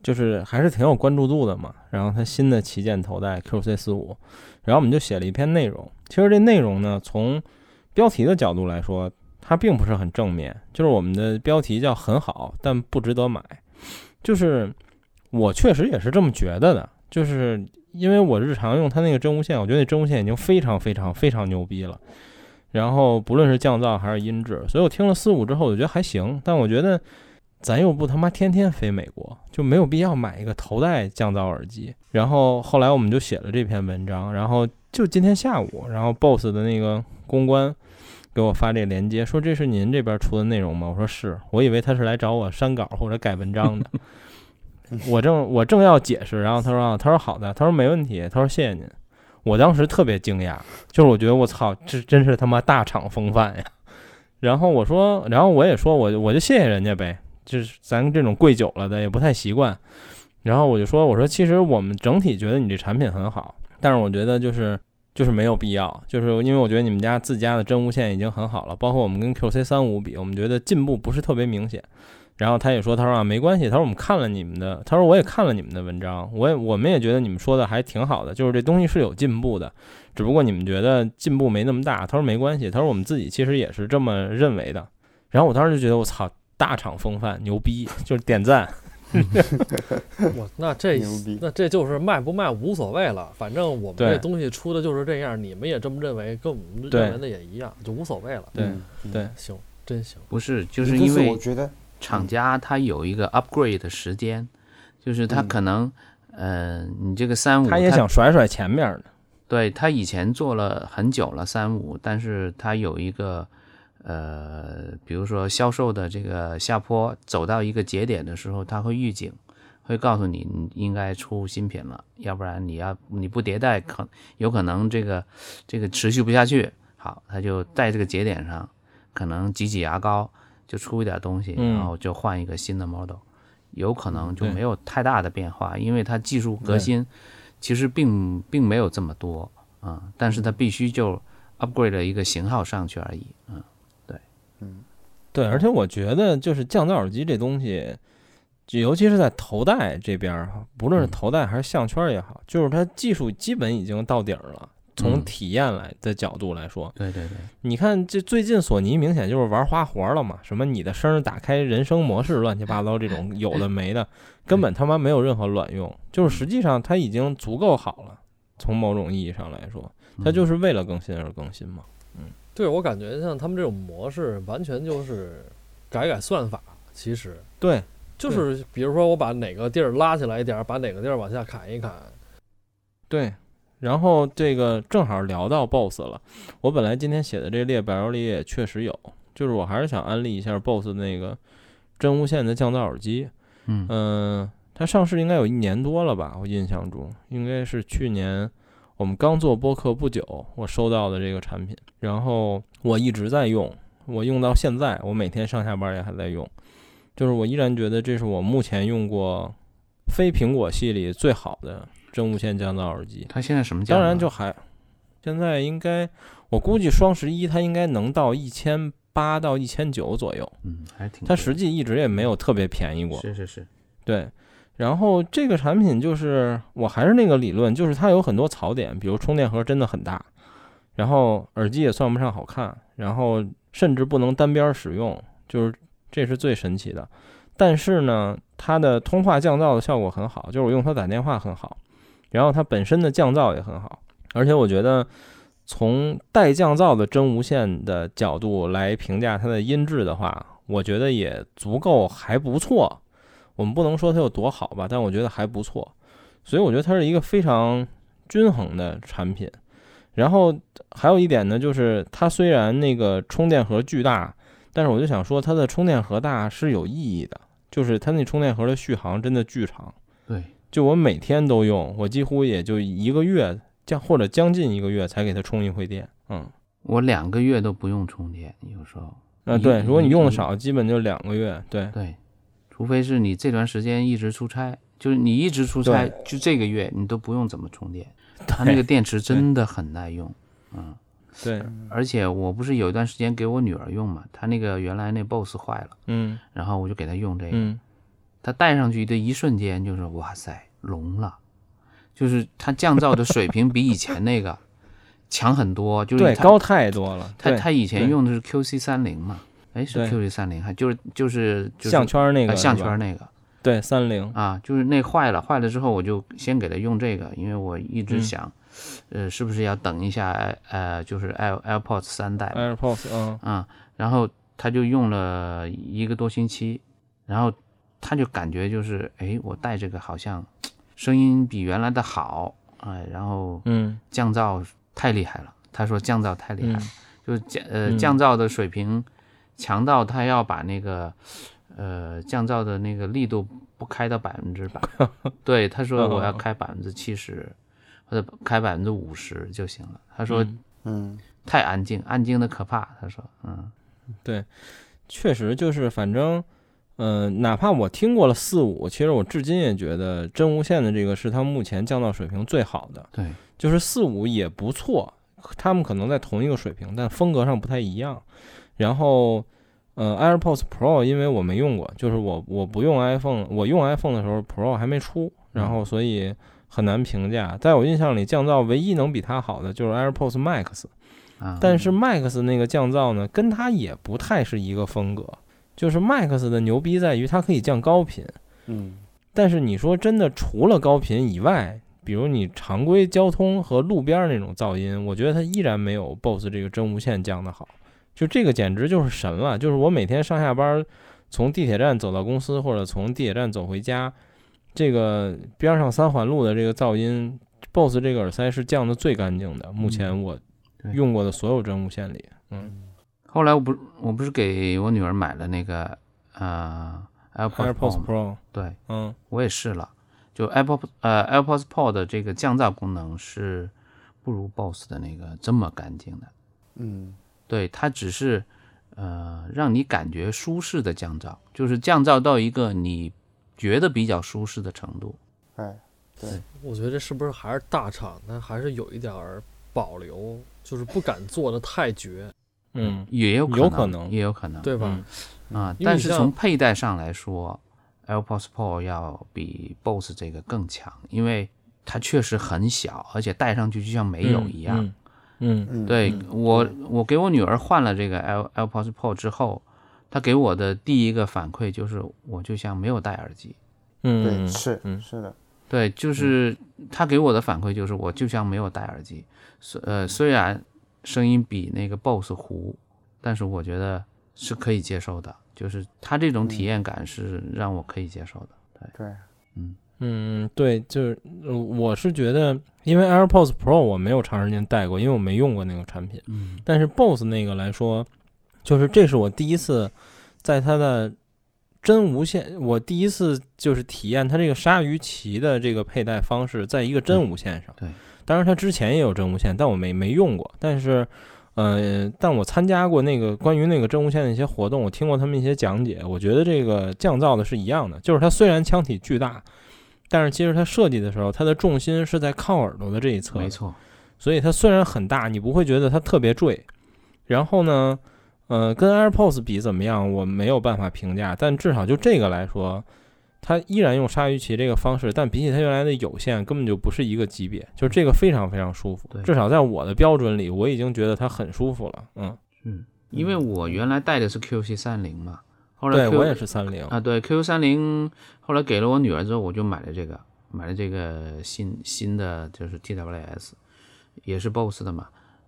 S1: 就是还是挺有关注度的嘛。然后他新的旗舰头戴 QC 四五，然后我们就写了一篇内容，其实这内容呢从标题的角度来说，它并不是很正面。就是我们的标题叫“很好，但不值得买”，就是我确实也是这么觉得的。就是因为我日常用它那个真无线，我觉得那真无线已经非常非常非常牛逼了。然后不论是降噪还是音质，所以我听了四五之后，我觉得还行。但我觉得咱又不他妈天天飞美国，就没有必要买一个头戴降噪耳机。然后后来我们就写了这篇文章，然后就今天下午，然后 BOSS 的那个公关给我发这个链接，说这是您这边出的内容吗？我说是，我以为他是来找我删稿或者改文章的。我正我正要解释，然后他说啊，他说好的，他说没问题，他说谢谢您。我当时特别惊讶，就是我觉得我操，这真是他妈大厂风范呀。然后我说，然后我也说，我就我就谢谢人家呗，就是咱这种跪久了的也不太习惯。然后我就说，我说其实我们整体觉得你这产品很好，但是我觉得就是就是没有必要，就是因为我觉得你们家自家的真无线已经很好了，包括我们跟 QC 三五比，我们觉得进步不是特别明显。然后他也说，他说啊没关系，他说我们看了你们的，他说我也看了你们的文章，我也我们也觉得你们说的还挺好的，就是这东西是有进步的，只不过你们觉得进步没那么大。他说没关系，他说我们自己其实也是这么认为的。然后我当时就觉得我操，大厂风范牛逼，就是点赞。
S4: 我那
S1: 嗯
S4: 这
S3: 牛逼
S4: 那这就是卖不卖无所谓了，反正我们
S1: 对
S4: 这东西出的就是这样，你们也这么认为，跟我们
S1: 对
S4: 认为的也一样，就无所谓了。
S1: 对
S3: 嗯
S1: 对，
S4: 行，真行。
S5: 不是，就
S3: 就是
S5: 因为
S3: 我觉得
S5: 厂家它有一个 upgrade 的时间，就是它
S3: 嗯
S5: 可能，呃，你这个三五，
S1: 嗯他也想甩甩前面的，
S5: 对他以前做了很久了三五，但是他有一个呃，比如说销售的这个下坡走到一个节点的时候，他会预警，会告诉你你应该出新品了，要不然你要你不迭代，可有可能这个这个持续不下去。好，他就在这个节点上，可能挤挤牙膏就出一点东西，
S1: 嗯
S5: 然后就换一个新的 model，有可能就
S1: 对
S5: 没有太大的变化，因为它技术革
S1: 对
S5: 新其实并并没有这么多啊、但是它必须就 upgrade 了一个型号上去而已啊、
S1: 对，而且我觉得就是降噪耳机这东西，就尤其是在头戴这边儿哈，不论是
S5: 嗯
S1: 头戴还是项圈也好，就是它技术基本已经到底儿了。从
S5: 嗯
S1: 体验来的角度来说，
S5: 对对对，
S1: 你看这最近索尼明显就是玩花活了嘛，什么你的声儿打开人声模式，乱七八糟这种有的没的，根本他妈没有任何卵用。就是实际上它已经足够好了，从某种意义上来说，
S5: 嗯
S1: 它就是是为了更新而更新嘛。
S4: 对我感觉像他们这种模式，完全就是改改算法，其实
S1: 对，
S4: 就是比如说我把哪个地儿拉起来一点儿，把哪个地儿往下砍一砍，
S1: 对，然后这个正好聊到 BOSS 了。我本来今天写的这列表里也确实有，就是我还是想安利一下 BOSS 那个真无线的降噪耳机。
S5: 嗯
S1: 嗯、它上市应该有一年多了吧？我印象中应该是去年我们刚做播客不久，我收到的这个产品，然后我一直在用，我用到现在，我每天上下班也还在用，就是我依然觉得这是我目前用过非苹果系里最好的真无线降噪耳机。
S5: 它现在什么价格？
S1: 当然就还，现在应该我估计双十一它应该能到一千八到一千九左右，
S5: 嗯，还挺
S1: 它
S5: 贵
S1: 实际一直也没有特别便宜过。
S5: 是是是，
S1: 对，然后这个产品就是我还是那个理论，就是它有很多槽点，比如充电盒真的很大，然后耳机也算不上好看，然后甚至不能单边儿使用，就是这是最神奇的。但是呢，它的通话降噪的效果很好，就是我用它打电话很好，然后它本身的降噪也很好，而且我觉得。从带降噪的真无线的角度来评价它的音质的话，我觉得也足够还不错，我们不能说它有多好吧，但我觉得还不错，所以我觉得它是一个非常均衡的产品。然后还有一点呢，就是它虽然那个充电盒巨大，但是我就想说它的充电盒大是有意义的，就是它那充电盒的续航真的巨长，
S5: 对，
S1: 就我每天都用，我几乎也就一个月将或者将近一个月才给它充一回电。嗯，
S5: 我两个月都不用充电，有时候
S1: 啊
S5: 一
S1: 对，如果你
S5: 一
S1: 用的
S5: 一
S1: 少，基本就两个月。对，
S5: 对，除非是你这段时间一直出差，就是你一直出差，就这个月你都不用怎么 充电，它那个电池真的很耐用。
S1: 对，
S5: 而且我不是有一段时间给我女儿用嘛，她那个原来那 BOSS 坏了，
S1: 嗯
S5: 然后我就给她用这个，
S1: 嗯，
S5: 她戴上去的一瞬间就是哇塞，聋了，就是它降噪的水平比以前那个强很多，就是
S1: 对，
S5: 它
S1: 高太多了。
S5: 它
S1: 对
S5: 它以前
S1: 对
S5: 用的是 QC 三零嘛，哎是
S1: 对
S5: QC 三零，还就是就是就是
S1: 项圈儿那
S5: 呃
S1: 个是
S5: 项
S1: 吧
S5: 圈儿那个。
S1: 对，三零，
S5: 啊，就是那坏了，坏了之后我就先给他用这个，因为我一直
S1: 嗯
S5: 想，呃，是不是要等一下，呃，就是 Air AirPods 三代嘛
S1: AirPods，嗯，
S5: 啊，然后他就用了一个多星期，然后他就感觉就是，哎，我戴这个好像声音比原来的好，哎，然后
S1: 嗯，
S5: 降噪太厉害了，他说降噪太厉害了，
S1: 嗯
S5: 就是降呃
S1: 嗯
S5: 降噪的水平强到他要把那个呃降噪的那个力度不开到百分之 百，对，他说我要开百分之七十或者开百分之五十就行了，他说
S1: 嗯
S3: 嗯，
S5: 太安静，安静的可怕，他说嗯
S1: 确实就是，反正，呃，哪怕我听过了四五，其实我至今也觉得真无线的这个是它目前降噪水平最好的，
S5: 对，
S1: 就是四五也不错，他们可能在同一个水平，但风格上不太一样。然后，呃，AirPods Pro 因为我没用过，就是我我不用 iPhone，我用 iPhone 的时候 Pro 还没出，然后所以很难评价。在我印象里，降噪唯一能比它好的就是 AirPods Max。
S5: 啊，
S1: 但是 Max 那个降噪呢，跟它也不太是一个风格。就是 Max 的牛逼在于它可以降高频，
S3: 嗯，
S1: 但是你说真的，除了高频以外，比如你常规交通和路边儿那种噪音，我觉得它依然没有 BOSS 这个真无线降的好。就这个简直就是神了！就是我每天上下班儿，从地铁站走到公司，或者从地铁站走回家，这个边上三环路的这个噪音，BOSS 这个耳塞是降的最干净的。目前我
S5: 对
S1: 用过的所有真无线里，
S5: 后来我不我不是给我女儿买了那个呃 AirPods Pro，
S1: AirPods
S5: 吗
S1: Pro，
S5: 对
S1: 嗯
S5: 我也试了，就 AirPods 呃 AirPods Pro 的这个降噪功能是不如 BOSS 的那个这么干净的，
S3: 嗯，
S5: 对，它只是呃让你感觉舒适的降噪，就是降噪到一个你觉得比较舒适的程度。
S3: 哎，
S4: 我觉得这是不是还是大厂，它还是有一点儿保留，就是不敢做的太绝，
S1: 嗯，
S5: 也有
S1: 有可
S5: 可
S1: 能
S5: 也有可能，
S4: 对吧？
S1: 嗯
S5: 啊。
S4: 因为
S5: 但
S4: 你
S5: 是
S4: 像
S5: 从佩戴上来说，AirPods Pro 要比 BOSS 这个更强，因为它确实很小，而且戴上去就像没有一样。
S1: 嗯，嗯，
S3: 嗯，
S5: 对我，我给我女儿换了这个 Air AirPods Pro 之后，她给我的第一个反馈就是，我就像没有戴耳机。
S1: 嗯，
S3: 对，
S1: 嗯
S3: 是
S1: 嗯
S3: 是的，
S5: 对，就是她给我的反馈就是，我就像没有戴耳机。虽呃，虽然声音比那个 BOSS 糊，但是我觉得是可以接受的，就是它这种体验感是让我可以接受的。
S3: 对，
S1: 嗯，对，就是呃我是觉得，因为 AirPods Pro 我没有长时间戴过，因为我没用过那个产品。
S5: 嗯，
S1: 但是 BOSS 那个来说，就是这是我第一次在它的真无线，我第一次就是体验它这个鲨鱼鳍的这个佩戴方式，在一个真无线上。
S5: 嗯对
S1: 当然它之前也有真无线，但我没没用过。但是，呃，但我参加过那个关于那个真无线的一些活动，我听过他们一些讲解，我觉得这个降噪的是一样的，就是它虽然腔体巨大。但是其实它设计的时候，它的重心是在靠耳朵的这一侧，
S5: 没错，
S1: 所以它虽然很大，你不会觉得它特别坠。然后呢，呃，跟 AirPods 比怎么样，我没有办法评价，但至少就这个来说，它依然用鲨鱼鳍这个方式，但比起它原来的有线，根本就不是一个级别。就这个非常非常舒服
S5: 对，
S1: 至少在我的标准里，我已经觉得它很舒服了。嗯，
S5: 因为我原来戴的是 QC 三零嘛，后来
S1: 对
S5: Q
S1: 我也是三零。
S5: 啊，对 QQ 三零，后来给了我女儿之后，我就买了这个，买了这个新新的就是 TWS，也是 BOSS 的嘛，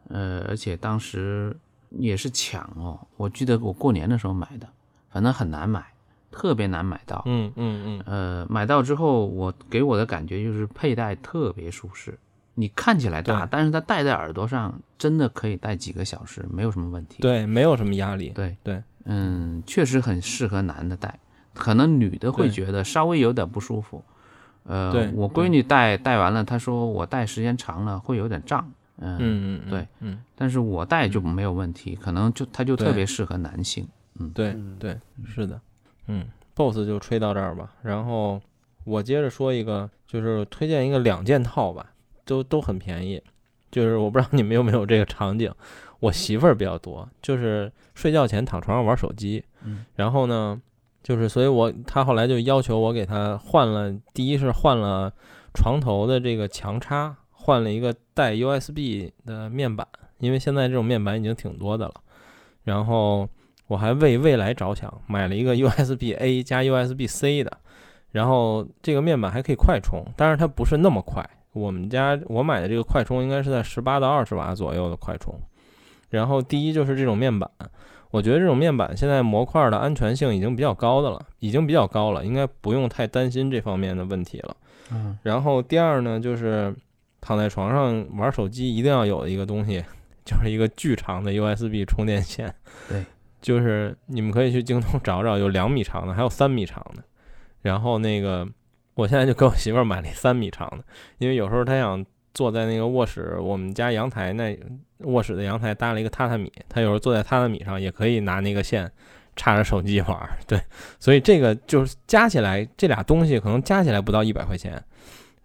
S5: 呃，而且当时也是抢哦，我记得我过年的时候买的，反正很难买，特别难买到。
S1: 嗯嗯嗯，
S5: 呃，买到之后，我给我的感觉就是佩戴特别舒适，你看起来大，
S1: 对
S5: 但是它戴在耳朵上，真的可以戴几个小时，没有什么问题。
S1: 对，没有什么压力。
S5: 对
S1: 对，
S5: 嗯，确实很适合男的戴，可能女的会
S1: 对
S5: 觉得稍微有点不舒服。呃
S1: 对，
S5: 我
S1: 对
S5: 闺女戴戴完了，她说我戴时间长了会有点胀，嗯，
S1: 嗯嗯，
S5: 对，
S1: 嗯
S5: 但是我戴就没有问题，可能就它就特
S1: 对
S5: 别适合男性。
S1: 对
S3: 嗯
S1: 对，是的，嗯，BOSS 就吹到这儿吧。然后我接着说一个，就是推荐一个两件套吧，都都很便宜。就是我不知道你们有没有这个场景，我媳妇儿比较多，就是睡觉前躺床上玩手机，
S5: 嗯
S1: 然后呢，就是所以我她后来就要求我给她换了，第一是换了床头的这个墙插，换了一个带 USB 的面板，因为现在这种面板已经挺多的了，然后。我还为未来着想，买了一个 USB A 加 USB C 的，然后这个面板还可以快充，但是它不是那么快。我们家我买的这个快充应该是在十八到二十瓦左右的快充。然后第一就是这种面板，我觉得这种面板现在模块的安全性已经比较高的了，已经比较高了，应该不用太担心这方面的问题了。
S5: 嗯，
S1: 然后第二呢，就是躺在床上玩手机一定要有一个东西， 就是一个巨长的 USB 充电线。
S5: 对，
S1: 就是你们可以去京东找找，有两米长的，还有三米长的。然后那个，我现在就给我媳妇儿买了一三米长的，因为有时候她想坐在那个卧室，我们家阳台那卧室的阳台搭了一个榻榻米，她有时候坐在榻榻米上也可以拿那个线插着手机玩儿。对，所以这个就是加起来这俩东西可能加起来不到一百块钱，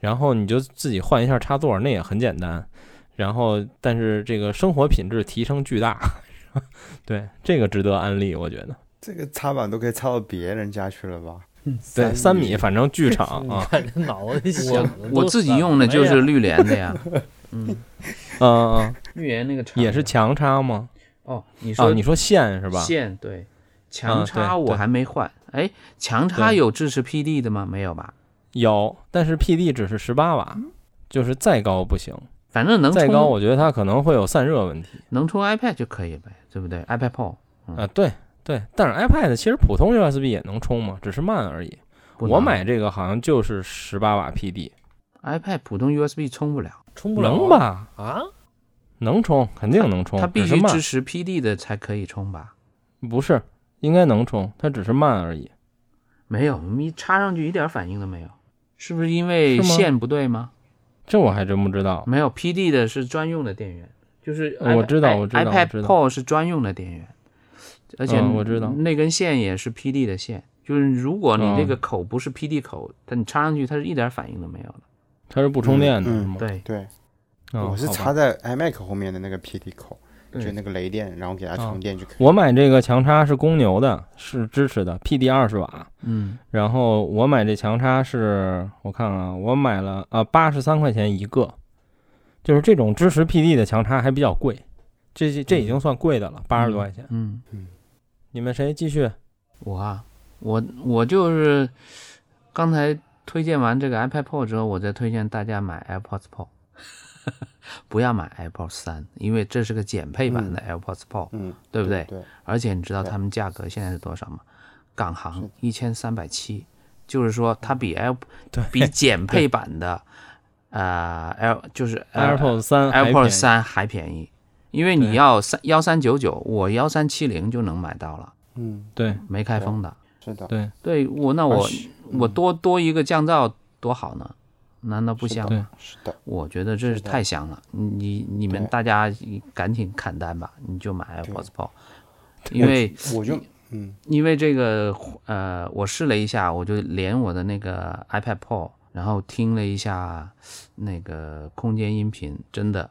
S1: 然后你就自己换一下插座，那也很简单。然后，但是这个生活品质提升巨大，对这个值得安利，我觉得。
S3: 这个插板都可以插到别人家去了吧？
S1: 对，三米反正巨长
S4: 你
S1: 啊，
S4: 看这脑子里想的
S5: 我
S4: 都
S5: 自己
S4: 散
S5: 用的
S4: 了
S5: 就
S4: 呀
S5: 是绿联的 呀，嗯，
S1: 嗯嗯，
S5: 绿联那个长
S1: 也是
S5: 的
S1: 强插吗？
S5: 哦，你
S1: 啊，
S5: 说
S1: 你说线是吧？
S5: 线对，
S1: 啊
S5: 强
S1: 对
S5: 插我
S1: 对
S5: 还没换，哎，强插
S1: 对
S5: 有支持 PD 的吗？没有吧？
S1: 有，但是 PD 只是十八瓦，就是再高不行，
S5: 反正能
S1: 再高
S5: 充
S1: 我觉得它可能会有散热问题
S5: 能充 iPad 就可以呗，对不对？iPad Pro 嗯
S1: 啊。对对，但是 iPad 其实普通 USB 也能充嘛，只是慢而已。
S5: 不
S1: 我
S5: 能
S1: 买这个好像就是十八瓦 PD，
S5: iPad 普通 USB 充不了，
S4: 充不了
S1: 能？吧？
S4: 啊，
S1: 能充，肯定能充。
S5: 它必
S1: 只是
S5: 须
S1: 慢
S5: 支持 PD 的才可以充吧？
S1: 不是，应该能充，它只是慢而已。
S5: 没有，你插上去一点反应都没有，是不是因
S1: 是
S5: 为
S1: 吗
S5: 线不对吗？
S1: 这我还真不知道。
S5: 没有，PD 的是专用的电源，就是
S1: 呃我
S5: iPad-
S1: 知道
S5: i-
S1: 我知道
S5: iPad
S1: 我知道
S5: Pro 是专用的电源，而且
S1: 嗯我知道
S5: 那根线也是 PD 的线，就是如果你
S1: 嗯
S5: 那个口不是 PD 口，它你插上去它是一点反应都没有的。
S1: 它是不充电的，
S3: 嗯
S1: 是吗？
S5: 对，
S3: 对，
S1: 嗯
S3: 我是
S1: 好吧
S3: 插在 iMac 后面的那个 PD 口，就
S1: 嗯
S3: 那个雷电，然后给它
S1: 啊
S3: 充电就可以。
S1: 我买这个强插是公牛的，是支持的 PD 二十瓦。
S5: 嗯，
S1: 然后我买这强插是，我看看啊，我买了啊八十三块钱一个，就是这种支持 PD 的强插还比较贵，这这这已经算贵的了，八十多块钱。
S5: 嗯，
S1: 你们谁继续？
S5: 我啊，我我就是刚才推荐完这个 iPad Pro 之后，我再推荐大家买 AirPods Pro，不要买 AirPods 三，因为这是个减配版的 AirPods Pro，、
S3: 嗯，
S5: 对不对？
S3: 对，
S5: 而且你知道
S3: 对
S5: 他们价格现在是多少吗？港行一千三百七，就是说它比 Air
S1: 对
S5: 比减配版的呃 Air 就是呃
S1: AirPods 三
S5: AirPods 三还便宜，因为你要三幺三九九，我幺三七零就能买到了，
S3: 嗯，
S1: 对
S5: 没开封的。
S3: 是的，
S1: 对
S5: 对我那我
S3: 而且
S5: 我多多一个降噪多好呢，难道不香
S1: 对
S5: 吗？，
S3: 是的，
S5: 我觉得这是
S3: 是的
S5: 太香了，你你们
S3: 对
S5: 大家赶紧砍单吧，你就买
S3: 对
S5: AirPods Pro，因为。
S3: 我就嗯
S5: 因为这个，呃，我试了一下，我就连我的那个 iPad Pro，然后听了一下那个空间音频，真的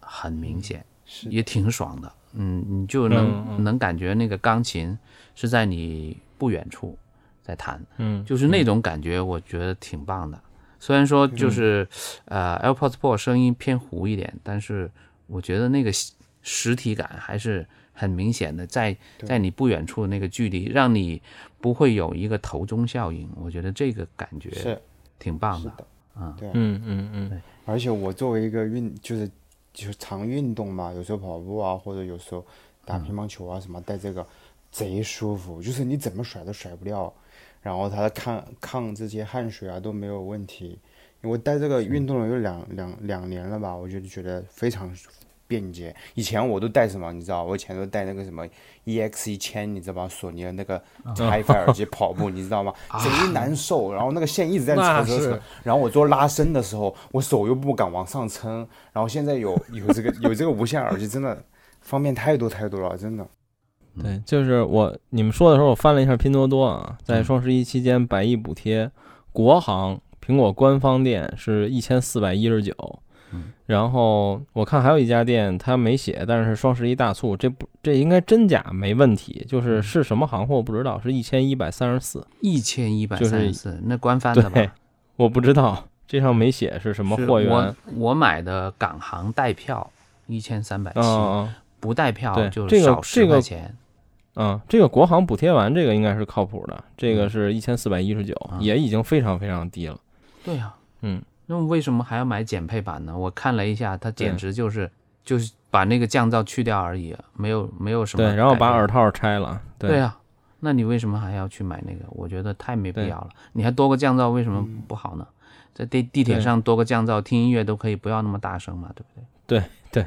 S5: 很明显，
S3: 嗯是
S5: 也挺爽的。嗯，你就能、
S1: 嗯嗯
S5: 能感觉那个钢琴是在你不远处在弹，
S1: 嗯，
S5: 就是那种感觉，我觉得挺棒的。虽然说
S3: 嗯
S5: 就是、呃 AirPods Pro 声音偏糊一点，但是我觉得那个实实体感还是很明显的，在
S3: 对
S5: 在你不远处的那个距离，让你不会有一个头钟效应。我觉得这个感觉
S3: 是
S5: 挺棒
S3: 是
S5: 的。
S3: 的，
S5: 啊
S3: 对，
S1: 嗯嗯嗯，
S3: 而且我作为一个运，就是就是常运动嘛，有时候跑步啊，或者有时候打
S4: 嗯
S3: 乒乓球啊什么，带这个贼舒服，就是你怎么甩都甩不掉，然后它的抗抗这些汗水啊都没有问题。我带这个运动了有两两两年了吧，我就觉得非常便捷。以前我都带什么，你知道？我以前都带那个什么 EX 一千，你知道吧？索尼的那个
S4: 啊
S3: HiFi 耳机跑步，你知道 吗？贼难受，然后那个线一直在
S4: 那
S3: 扯扯扯
S4: 是。
S3: 然后我做拉伸的时候，我手又不敢往上撑。然后现在有 有这个有这个无线耳机，真的方便太多太多了，真的。
S5: 嗯
S1: 对，就是我你们说的时候，我翻了一下拼多多啊，在
S5: 嗯
S1: 双十一期间，百亿补贴，国行苹果官方店是一千四百一十九
S5: 嗯，
S1: 然后我看还有一家店，它没写，但是双十一大促，这不这应该真假没问题，
S5: 嗯
S1: 就是是什么行货不知道，是一千一百三十四，
S5: 一千一百
S1: 就
S5: 三
S1: 是
S5: 十四，那官方的吧？
S1: 对，我不知道这上没写是什么
S5: 是
S1: 货源，嗯
S5: 我我买的港行带票一千三百七，
S1: 嗯
S5: 不带票
S1: 对
S5: 就
S1: 这个
S5: 少
S1: 这
S5: 十
S1: 个
S5: 块钱。
S1: 嗯，这个国行补贴完这个应该是靠谱的，这
S5: 嗯
S1: 个是一千四百一十九，
S5: 啊
S1: 也已经非常非常低了，
S5: 对呀、
S1: 嗯。
S5: 那么为什么还要买减配版呢？我看了一下，它简
S1: 对
S5: 直就是就是把那个降噪去掉而已，没有没有什么改
S1: 对，
S5: 变。
S1: 然后把耳套拆了，
S5: 对啊，那你为什么还要去买那个？我觉得太没必
S1: 对
S5: 要了。你还多个降噪，为什么不好呢？
S1: 嗯
S5: 在地地铁
S1: 对
S5: 上多个降噪，听音乐都可以不要那么大声嘛，对不对？
S1: 对对，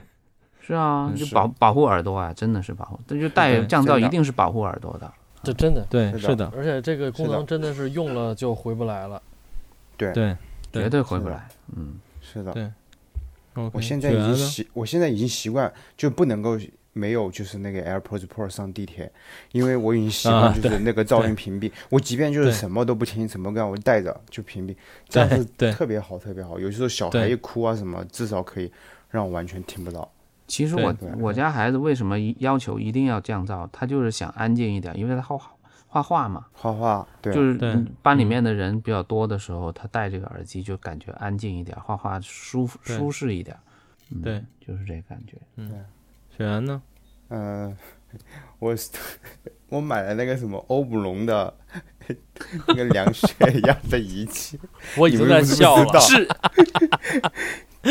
S5: 是啊，
S3: 嗯
S5: 就是保保护耳朵啊，真的是保护，那就带
S1: 对
S5: 降噪
S3: 真的
S5: 一定是保护耳朵的。
S4: 这真的，
S1: 对，
S3: 是的
S1: 是的，
S4: 而且这个功
S3: 嗯是的
S4: 能真的是用了就回不来了。
S1: 对，对
S5: 绝对回不
S3: 是的
S5: 来。嗯，
S3: 是的
S1: 对，
S3: 我
S1: OK，
S3: 现在已
S1: 卷
S3: 经
S1: 呢
S3: 习，我现在已经习惯就不能够没有就是那个 AirPods Pro 上地铁，因为我已经习
S1: 啊
S3: 惯就
S1: 对
S3: 是那个噪音屏蔽。我即便就是
S1: 对
S3: 什么都不听，什么干我带着就屏蔽，这样
S1: 对
S3: 是
S1: 对
S3: 特别好，特别好。有时候小孩
S1: 对
S3: 一哭啊什么，至少可以让我完全听不到。
S5: 其实
S1: 对
S5: 我
S3: 对
S5: 我家孩子为什么一要求一定要降噪？他就是想安静一点，因为他画画画嘛，
S3: 画画对，
S5: 就是
S1: 对
S5: 嗯班里面的人比较多的时候，他戴这个耳机就感觉安静一点，画画舒服
S1: 对
S5: 舒适一点。嗯
S1: 对，
S5: 就是这个感觉。
S1: 卷呢？
S3: 嗯、我我买了那个什么欧姆龙的 那个量血压的仪器，
S4: 我已经在笑
S3: 你们
S4: 了。
S3: 是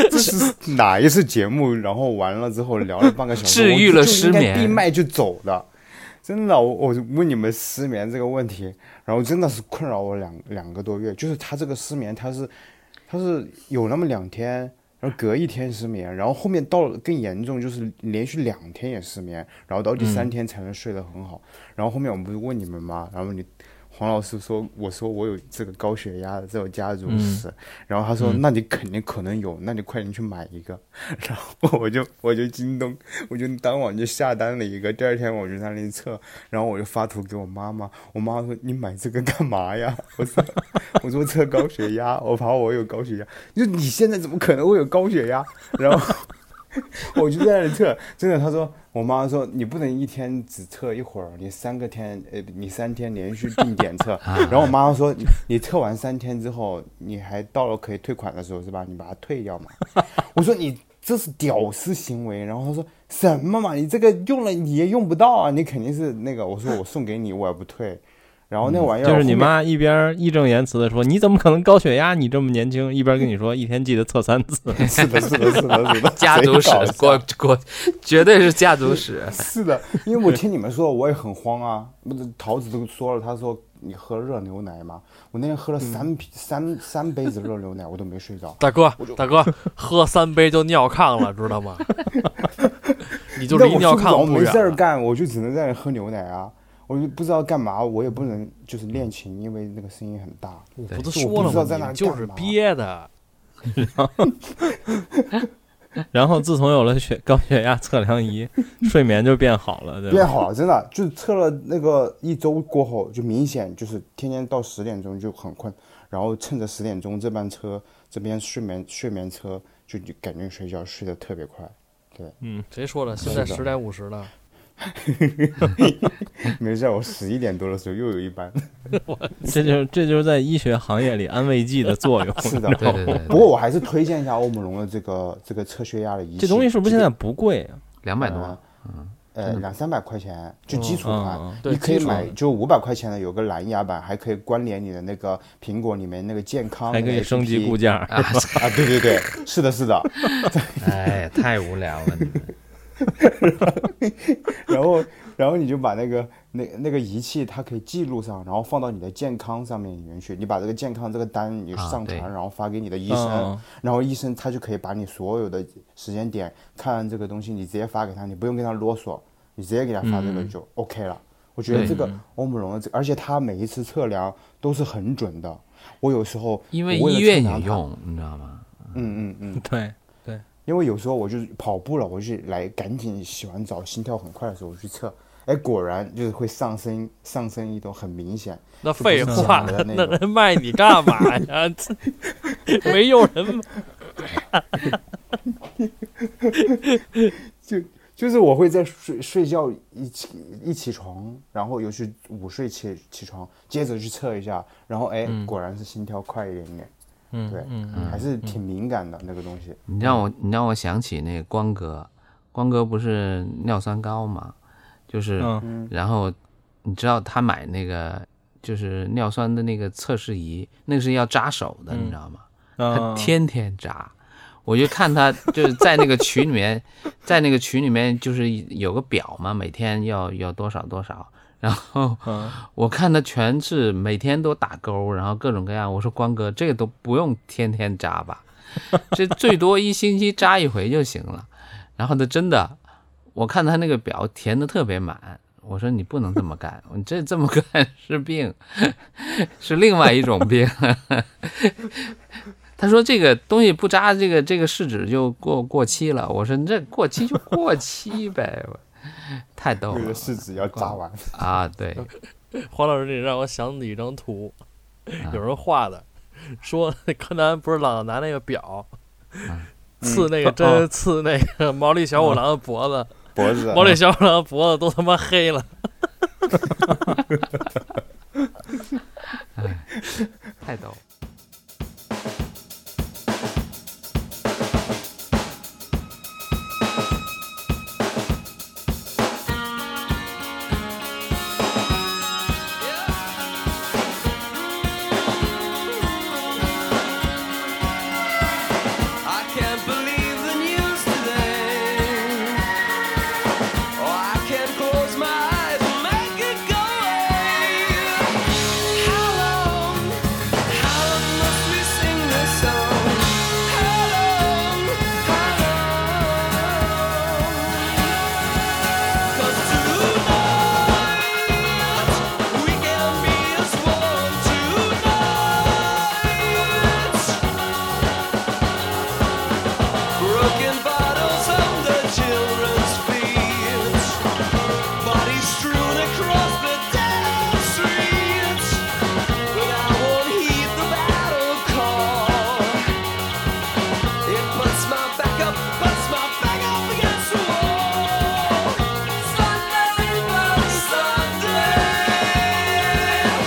S3: 这是哪一次节目？然后完了之后聊了半个小时，
S5: 治愈了失眠
S3: 我就应该闭麦就走的。真的，我我问你们失眠这个问题，然后真的是困扰我两两个多月。就是他这个失眠，他是他是有那么两天，然后隔一天失眠，然后后面到了更严重，就是连续两天也失眠，然后到第
S5: 嗯
S3: 三天才能睡得很好。然后后面我们不是问你们吗？然后你黄老师说，我说我有这个高血压的这种家
S5: 嗯
S3: 族史，然后他说，那你肯定可能有，那你快点去买一个。 然后我就我就京东，我就当晚就下单了一个，第二天我就在那里测，然后我就发图给我妈妈，我妈说你买这个干嘛呀？我说我说测高血压，我怕我有高血压。就你现在怎么可能会有高血压？然后 我就在那里测，真的，她说我妈说你不能一天只测一会儿，你三个天呃你三天连续定点测。
S1: 啊
S3: 然后我妈说你你测完三天之后，你还到了可以退款的时候是吧？你把它退掉嘛。我说你这是屌丝行为，然后他说什么嘛，你这个用了你也用不到啊，你肯定是那个。我说我送给你，我也不退。然后那玩意儿
S1: 就是你
S3: 后面
S1: 妈一边义正言辞的说你怎么可能高血压，你这么年轻，一边跟你说一天记得测三 次。
S3: 是的，是的，是的，是的，
S5: 家族史
S3: 谁搞的，
S5: 过过，绝对是家族史。
S3: 是的，因为我听你们说，我也很慌啊。不是桃子都说了，他说你喝热牛奶吗？我那天喝了
S5: 嗯
S3: 三瓶、三三杯子热牛奶，我都没睡着。
S4: 大哥，大哥，喝三杯就尿炕了，知道吗？你就
S3: 那
S4: 离
S3: 我
S4: 尿
S3: 睡不着
S4: 炕不
S3: 没
S4: 远
S3: 事儿
S4: 了。
S3: 干，我就只能在那喝牛奶啊。我就不知道干嘛，我也不能就是练琴，因为那个声音很大。
S4: 我不都
S3: 对我不
S4: 说了
S3: 知道
S4: 吗？
S3: 在
S4: 你
S3: 那
S4: 们
S3: 儿
S4: 就
S3: 干
S4: 是
S3: 嘛
S4: 憋的。
S1: 然后自从有了血高血压测量仪，睡眠就变好了，对
S3: 变
S1: 吧？
S3: 好了，真的，就测了那个一周过后，就明显就是天天到十点钟就很困，然后趁着十点钟这班车这边睡眠睡眠车就就感觉睡觉睡得特 别快，
S4: 谁说的？现在
S3: 嗯是的
S4: 十点五十了。
S3: 没事儿，我十一点多的时候又有一班，
S1: 这就是这就是在医学行业里安慰剂的作用。
S3: 是的，
S5: 对对对，
S3: 不过我还是推荐一下欧姆龙的这个这个测血压的仪器，
S1: 这东西是不是现在不贵啊？
S5: 两百
S3: 呃
S5: 多，
S3: 呃两三百块钱就基础款，
S1: 嗯嗯
S4: 对
S3: 你可以
S4: 基础
S3: 买就五百块钱的有个蓝牙版，还可以关联你的那个苹果里面那个健康，
S1: 还可以升级固件儿。
S3: 啊，对对对，是的，是的。
S5: 哎，太无聊了，你 们。
S3: 然后，然后你就把那个那那个仪器，它可以记录上，然后放到你的健康上面里面去。你把这个健康这个单你
S5: 啊
S3: 上
S5: 对
S3: 传，然后发给你的医生，
S1: 嗯，
S3: 然后医生他就可以把你所有的时间点看这个东西，你直接发给他，你不用跟他啰嗦，你直接给他发这个就 OK 了。我觉得
S5: 对
S3: 这个欧姆龙的这，而且他每一次测量都是很准的。我有时候
S5: 因为
S3: 我了
S5: 医院
S3: 测量
S5: 也
S3: 它，
S5: 用，你知道吗？
S3: 嗯嗯嗯，
S1: 对，
S3: 因为有时候我就是跑步了，我就来赶紧洗完澡，心跳很快的时候，我去测，哎，果然就是会上升，上升一种很明显。
S4: 那废
S3: 不是
S4: 话，
S3: 假的那
S4: 那
S3: 种
S4: 人卖你干嘛呀？ 这没有人买
S3: 就是我会在睡睡觉一起一起床，然后尤其午睡起起床，接着去测一下，然后哎，果然是心跳快一点点，
S1: 嗯，
S3: 对
S1: 嗯，
S3: 还是挺敏感的那个东西。
S5: 你让
S3: 嗯
S5: 我，你让我想起那个光哥，光哥不是尿酸高嘛，就是，
S1: 嗯
S5: 然后你知道他买那个就是尿酸的那个测试仪，那个是要扎手的，你知道吗？他
S1: 嗯，
S5: 天天扎。我就看他就是在那个群里面，在那个群里面就是有个表嘛，每天要要多少多少，然后
S1: 嗯
S5: 我看他全是每天都打勾，然后各种各样。我说光哥，这个都不用天天扎吧，这最多一星期扎一回就行了。然后他真的，我看他那个表填的特别满，我说你不能这么 干，你这这么干是病， 是另外一种病。 他说这个东西不扎，这个这个试纸就过过期了。我说你这过期就过期呗， 我太逗
S3: 为
S5: 了
S3: 了试纸要扎完，
S5: 啊！对，
S4: 黄老师，你让我想起一张图，
S3: 啊
S4: 有人画的，说那柯南不是老拿那个表
S3: 嗯
S4: 刺那个针，刺那个毛利小五郎的脖子，
S3: 脖子
S4: 毛利小五郎脖子都他妈黑了。
S5: 太逗了。
S6: Thank Oh, It's my back up against the wall. Sunday bloody Sunday.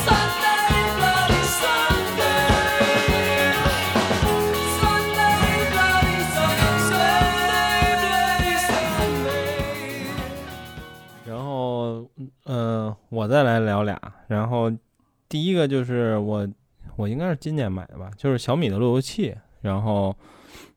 S6: Sunday bloody Sunday. Sunday bloody Sunday. Sunday bloody Sunday.
S1: 然后，呃，我再来聊俩。然后，第一个就是我，我应该是今年买的吧，就是小米的路由器。然后，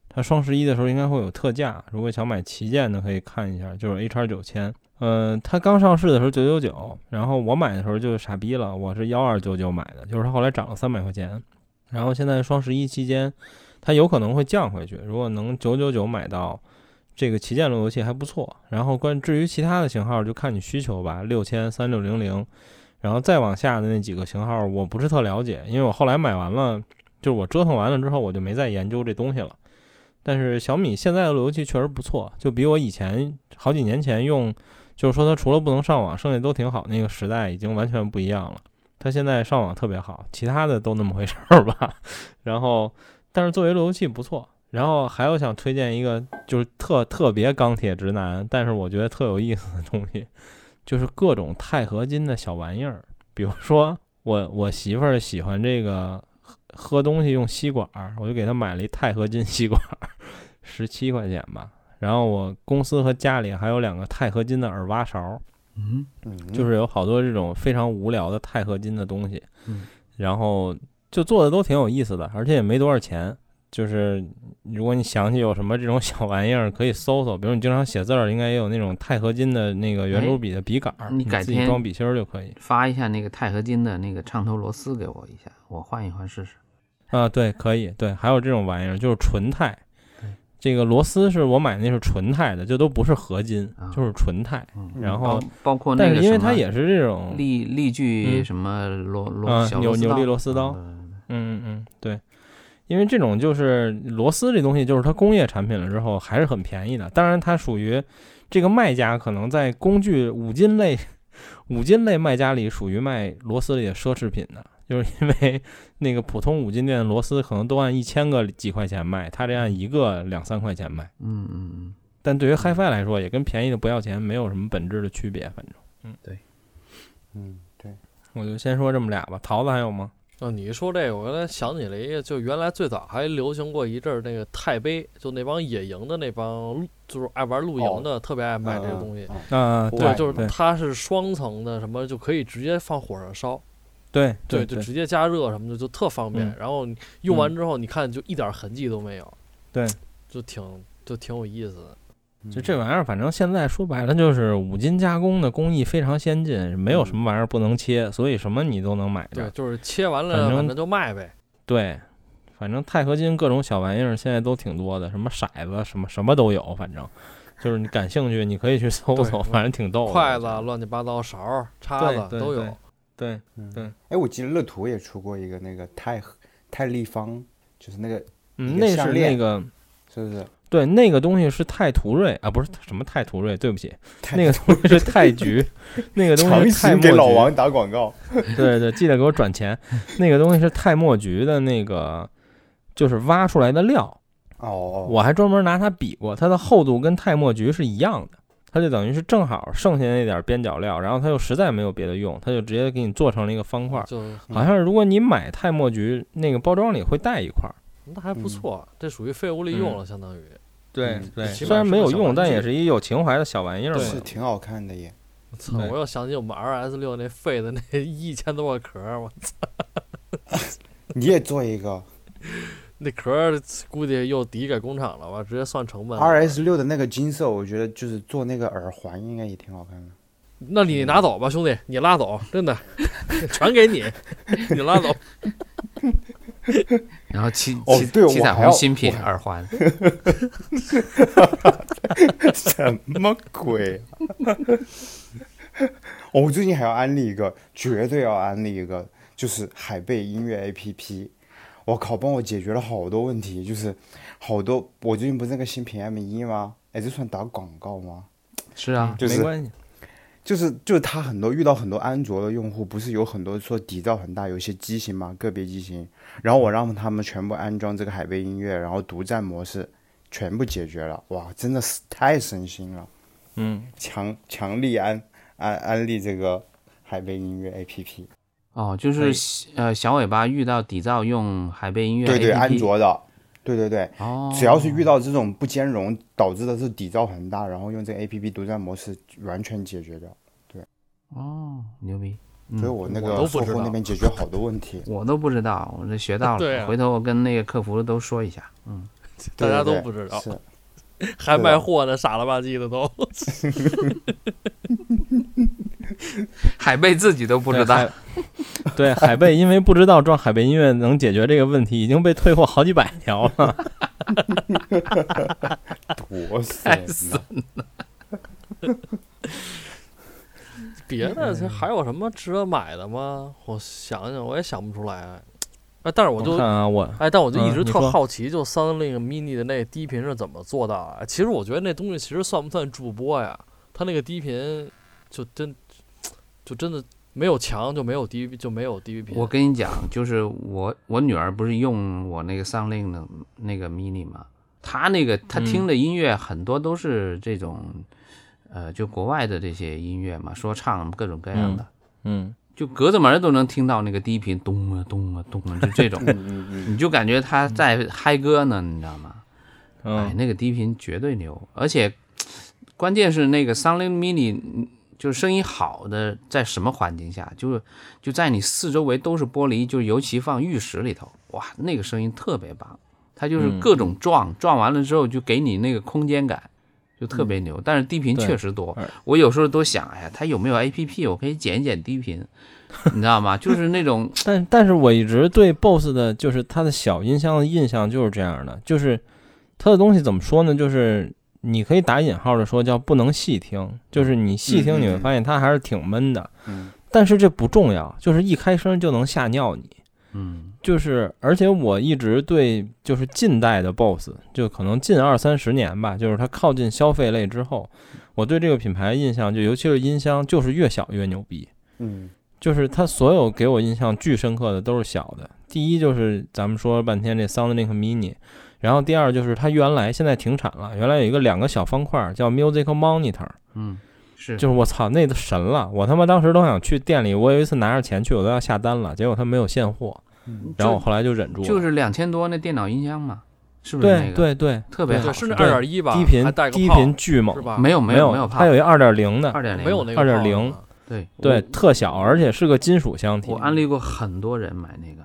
S1: 它双十一的时候应该会有特价，如果想买旗舰的可以看一下，就是 H R 九千。嗯，它刚上市的时候九九九，然后我买的时候就傻逼了，我是幺二九九买的，就是它后来涨了三百块钱。然后现在双十一期间，它有可能会降回去，如果能九九九买到，这个旗舰路由器还不错。然后关至于其他的型号，就看你需求吧，六千、三六零零，然后再往下的那几个型号，我不是特了解，因为我后来买完了，就是我折腾完了之后，我就没再研究这东西了。但是小米现在的路由器确实不错，就比我以前好几年前用，就是说它除了不能上网，剩下都挺好，那个时代已经完全不一样了。它现在上网特别好，其他的都那么回事儿吧。 然后，但是作为路由器不错。然后还有想推荐一个，就是特特别钢铁直男，但是我觉得特有意思的东西，就是各种钛合金的小玩意儿。比如说我我媳妇儿喜欢这个喝喝东西用吸管儿，我就给她买了一钛合金吸管儿，十七块钱吧。然后我公司和家里还有两个钛合金的耳挖勺，
S5: 嗯，
S3: 嗯，
S1: 就是有好多这种非常无聊的钛合金的东西，
S5: 嗯
S1: 然后就做的都挺有意思的，而且也没多少钱。就是如果你想起有什么这种小玩意儿，可以搜搜，比如你经常写字儿，应该也有那种钛合金的那个圆珠笔的笔杆儿，
S5: 哎你改
S1: 自己
S5: 天
S1: 装笔芯儿就可以。
S5: 发一下那个钛合金的那个唱头螺丝给我一下，我换一换试试。
S1: 啊，对，可以，对，还有这种玩意儿，就是纯钛。这个螺丝是我买那是纯钛的，就都不是合金
S5: 啊，
S1: 就是纯钛。
S5: 嗯，
S1: 然
S5: 包
S1: 后，
S5: 包括
S1: 哦
S5: 那
S1: 但
S5: 个
S1: 是因为
S5: 什么
S1: 它也是这种
S5: 力力矩
S1: 嗯
S5: 什么螺螺
S1: 啊
S5: 小
S1: 扭
S5: 螺丝
S1: 扭力
S5: 刀
S1: 螺丝刀
S5: 嗯对
S1: 嗯嗯，嗯，对，因为这种就是螺丝这东西，就是它工业产品了之后还是很便宜的。当然，它属于这个卖家可能在工具五金类五金类卖家里属于卖螺丝里的奢侈品的，就是因为那个普通五金店的螺丝可能都按一千个几块钱卖，它这按一个两三块钱卖。
S5: 嗯嗯嗯。
S1: 但对于 HiFi 来说，也跟便宜的不要钱没有什么本质的区别，反正
S3: 嗯，对，
S1: 我就先说这么俩吧。桃子还有吗？
S4: 啊，你一说这个，我原来想起了一个，就原来最早还流行过一阵儿那个钛杯，就那帮野营的那帮露，就是爱玩露营
S1: 哦
S4: 的，特别爱买这个
S3: 嗯
S4: 东西。
S3: 嗯
S1: 啊、
S3: 不
S1: 对，
S3: 外
S4: 对，就是
S1: 对
S4: 它是双层的，什么就可以直接放火上烧，
S1: 对对
S4: 就直接加热什么的，就特方便。
S1: 嗯
S4: 然后你用完
S1: 嗯
S4: 之后，你看就一点痕迹都没有，
S1: 对，
S4: 就挺就挺有意思的。
S3: 嗯
S1: 就这玩意儿，反正现在说白了就是五金加工的工艺非常先进，没有什么玩意儿不能切，所以什么你都能买
S4: 对，
S1: 着。
S4: 就是切完
S1: 反
S4: 了，
S1: 正
S4: 反正就卖呗。
S1: 对，反正钛合金各种小玩意儿现在都挺多的，什么骰子什么什么都有，反正就是你感兴趣你可以去搜
S4: 对
S1: 搜，
S4: 嗯
S1: 反正挺逗的。
S4: 筷子、乱七八糟、勺儿、叉
S1: 哦对
S4: 子
S1: 对
S4: 都有
S1: 对。对，
S3: 哎，我记得乐图也出过一个那个钛钛立方，就是那个
S1: 嗯，
S3: 一个
S1: 那
S3: 项
S1: 是那
S3: 链
S1: 个
S3: 是不是？
S1: 对那个东西是钛途锐啊，不是什么钛途锐，对不起，
S3: 钛
S1: 那个东西是钛 菊，那个东
S3: 强
S1: 西是钛
S3: 行给
S1: 墨
S3: 老
S1: 菊
S3: 王打广告，
S1: 对对，记得给我转钱。那个东西是泰墨菊的那个，就是挖出来的料，
S3: 哦哦，
S1: 我还专门拿它比过，它的厚度跟泰墨菊是一样的，它就等于是正好剩下那点儿边角料，然后它又实在没有别的用，它就直接给你做成了一个方块儿。
S4: 就嗯
S1: 好像如果你买泰墨菊，那个包装里会带一块儿。
S4: 那还
S1: 嗯
S4: 不错，这属于废物利用了，相当于。
S1: 对
S3: 嗯
S1: 对，
S4: 起码
S1: 虽然
S4: 是
S1: 没
S4: 个
S1: 有
S4: 小
S1: 用，
S4: 玩
S1: 但
S4: 具
S1: 也是一有情怀的小玩意儿嘛。
S4: 对
S3: 哦是挺好看的耶。
S4: 我操！
S1: 对
S4: 我又想起我们 RS 六那废的那 一千多个壳儿，我
S1: 嗯
S3: 你也做一个
S4: 那壳儿估计又抵给工厂了吧？直接算成
S1: 嗯
S4: 本了。
S3: RS 六的那个金色，我觉得就是做那个耳环应该也挺好看的。
S4: 那你拿走吧，兄弟，你拉走，真的， 全给你， 你拉走。
S5: 然后七
S3: 哦
S5: 七
S3: 对我
S5: 七彩
S3: 还
S5: 虹
S3: 要
S5: 新品
S3: 我还
S5: 耳环，
S3: 什么鬼、 啊？哦我最近还要安利一个，绝对要安利一个，就是海贝音乐 APP。我靠，帮我解决了好多问题，就是好多我最近不是那个新品 M 一吗？哎，这算打广告吗？
S5: 是啊，
S3: 就是
S1: 没关系。
S3: 就是就是它很多遇到很多安卓的用户，不是有很多说底噪很大，有一些机型嘛，个别机型，然后我让他们全部安装这个海贝音乐，然后独占模式，全部解决了，哇，真的是太省心了。
S1: 嗯，
S3: 强强力安安安利这个海贝音乐 APP，
S5: 哦，
S3: 哎
S5: 就是小呃小尾巴遇到底噪用海贝音乐
S3: 对
S5: APP，
S3: 对，安卓的，对对对，
S5: 哦，
S3: 只要是遇到这种不兼容导致的是底噪很大，然后用这个 APP 独占模式完全解决掉，
S5: 哦牛逼，嗯，
S3: 所以我那
S4: 我都
S3: 个
S4: 不
S3: 售
S4: 知
S3: 后那
S4: 道
S3: 边解决好多问题
S5: 我都不知道，我这学到
S4: 对
S5: 了，
S4: 啊
S5: 回头我跟那个客服都说一下。嗯，
S4: 大家
S3: 对对
S4: 都不知道
S3: 是
S4: 还
S3: 对
S4: 卖
S3: 的
S4: 货呢，傻了吧唧 的都。
S5: 海贝自己都不知道
S1: 对。海对，海贝因为不知道装海贝音乐能解决这个问题，已经被退货好几百条了。
S3: 多死
S5: 太
S3: 人
S5: 损
S3: 了。
S4: 别的
S3: 嗯
S4: 这还有什么值得买的吗？我想想，我也想不出来。哎，但是我就
S1: 看啊，我
S4: 哎，但我就一
S1: 嗯
S4: 直
S1: 你
S4: 特
S1: 说
S4: 好奇，就三菱 mini 的那低频是怎么做到啊？其实我觉得那东西其实算不算助播呀？它那个低频就真就真的没有强，就没有低，就没有低频。
S5: 我跟你讲，就是我我女儿不是用我那个上令的那个 mini 嘛，她那个她听的音乐很多都是这种，呃，就国外的这些音乐嘛，说唱各种各样的，
S1: 嗯，
S5: 就隔着门儿都能听到那个低频咚啊咚啊咚啊，就 这种，
S1: 嗯
S5: 你就感觉她在嗨歌呢，你知道吗？哎，
S1: 嗯，
S5: 那个低频绝对牛，而且关键是那个 s o n l i n Mini，嗯就是声音好的，在什么环境下，就是就在你四周围都是玻璃，就尤其放浴室里头，哇，那个声音特别棒，它就是
S1: 嗯
S5: 各种撞，撞完了之后就给你那个空间感。就特别牛，但是低频
S1: 对
S5: 确实多
S1: 而。
S5: 我有时候都想，哎呀，它有没有 A P P？我可以减一减低频，你知道吗？就是那种
S1: 但但是我一直对 BOSS 的就是它的小音箱的印象就是这样的，就是它的东西怎么说呢？就是你可以打引号的说叫不能细听，就是你细听你
S3: 嗯嗯
S1: 会
S3: 嗯
S1: 发现它还是挺闷的，
S3: 嗯
S1: 但是这不重要，就是一开声就能吓尿你。
S5: 嗯
S1: 就是，而且我一直对就是近代的 BOSS，就可能近二三十年吧，就是它靠近消费类之后，我对这个品牌印象就尤其是音箱，就是越小越牛逼。
S3: 嗯，
S1: 就是它所有给我印象巨深刻的都是小的。第一就是咱们说了半天这 SoundLink Mini，然后第二就是它原来现在停产了，原来有一个两个小方块儿叫 Music Monitor，
S5: 嗯，是
S1: 就是我操，那都神了！我他妈当时都想去店里，我有一次拿着钱去，我都要下单了，结果它没有现货，然后我后来就忍住了。
S5: 就是两千多那电脑音箱嘛，是不是那
S1: 对
S5: 个？，
S1: 对对，
S5: 特别
S4: 对，
S5: 好，
S4: 是那
S1: 对
S4: 二点一吧？
S1: 低频
S4: 还带个
S1: 低
S4: 炮
S1: 频巨猛
S4: 是，吧？
S5: 没有没有没
S1: 有，
S5: 有
S1: 它
S5: 怕
S1: 有一二点零的，
S5: 二点零
S4: 没有那个
S1: 2.0
S4: 炮啊
S5: 对
S1: 对，，特小，而且是个金属箱体
S5: 我。安利过很多人买那个，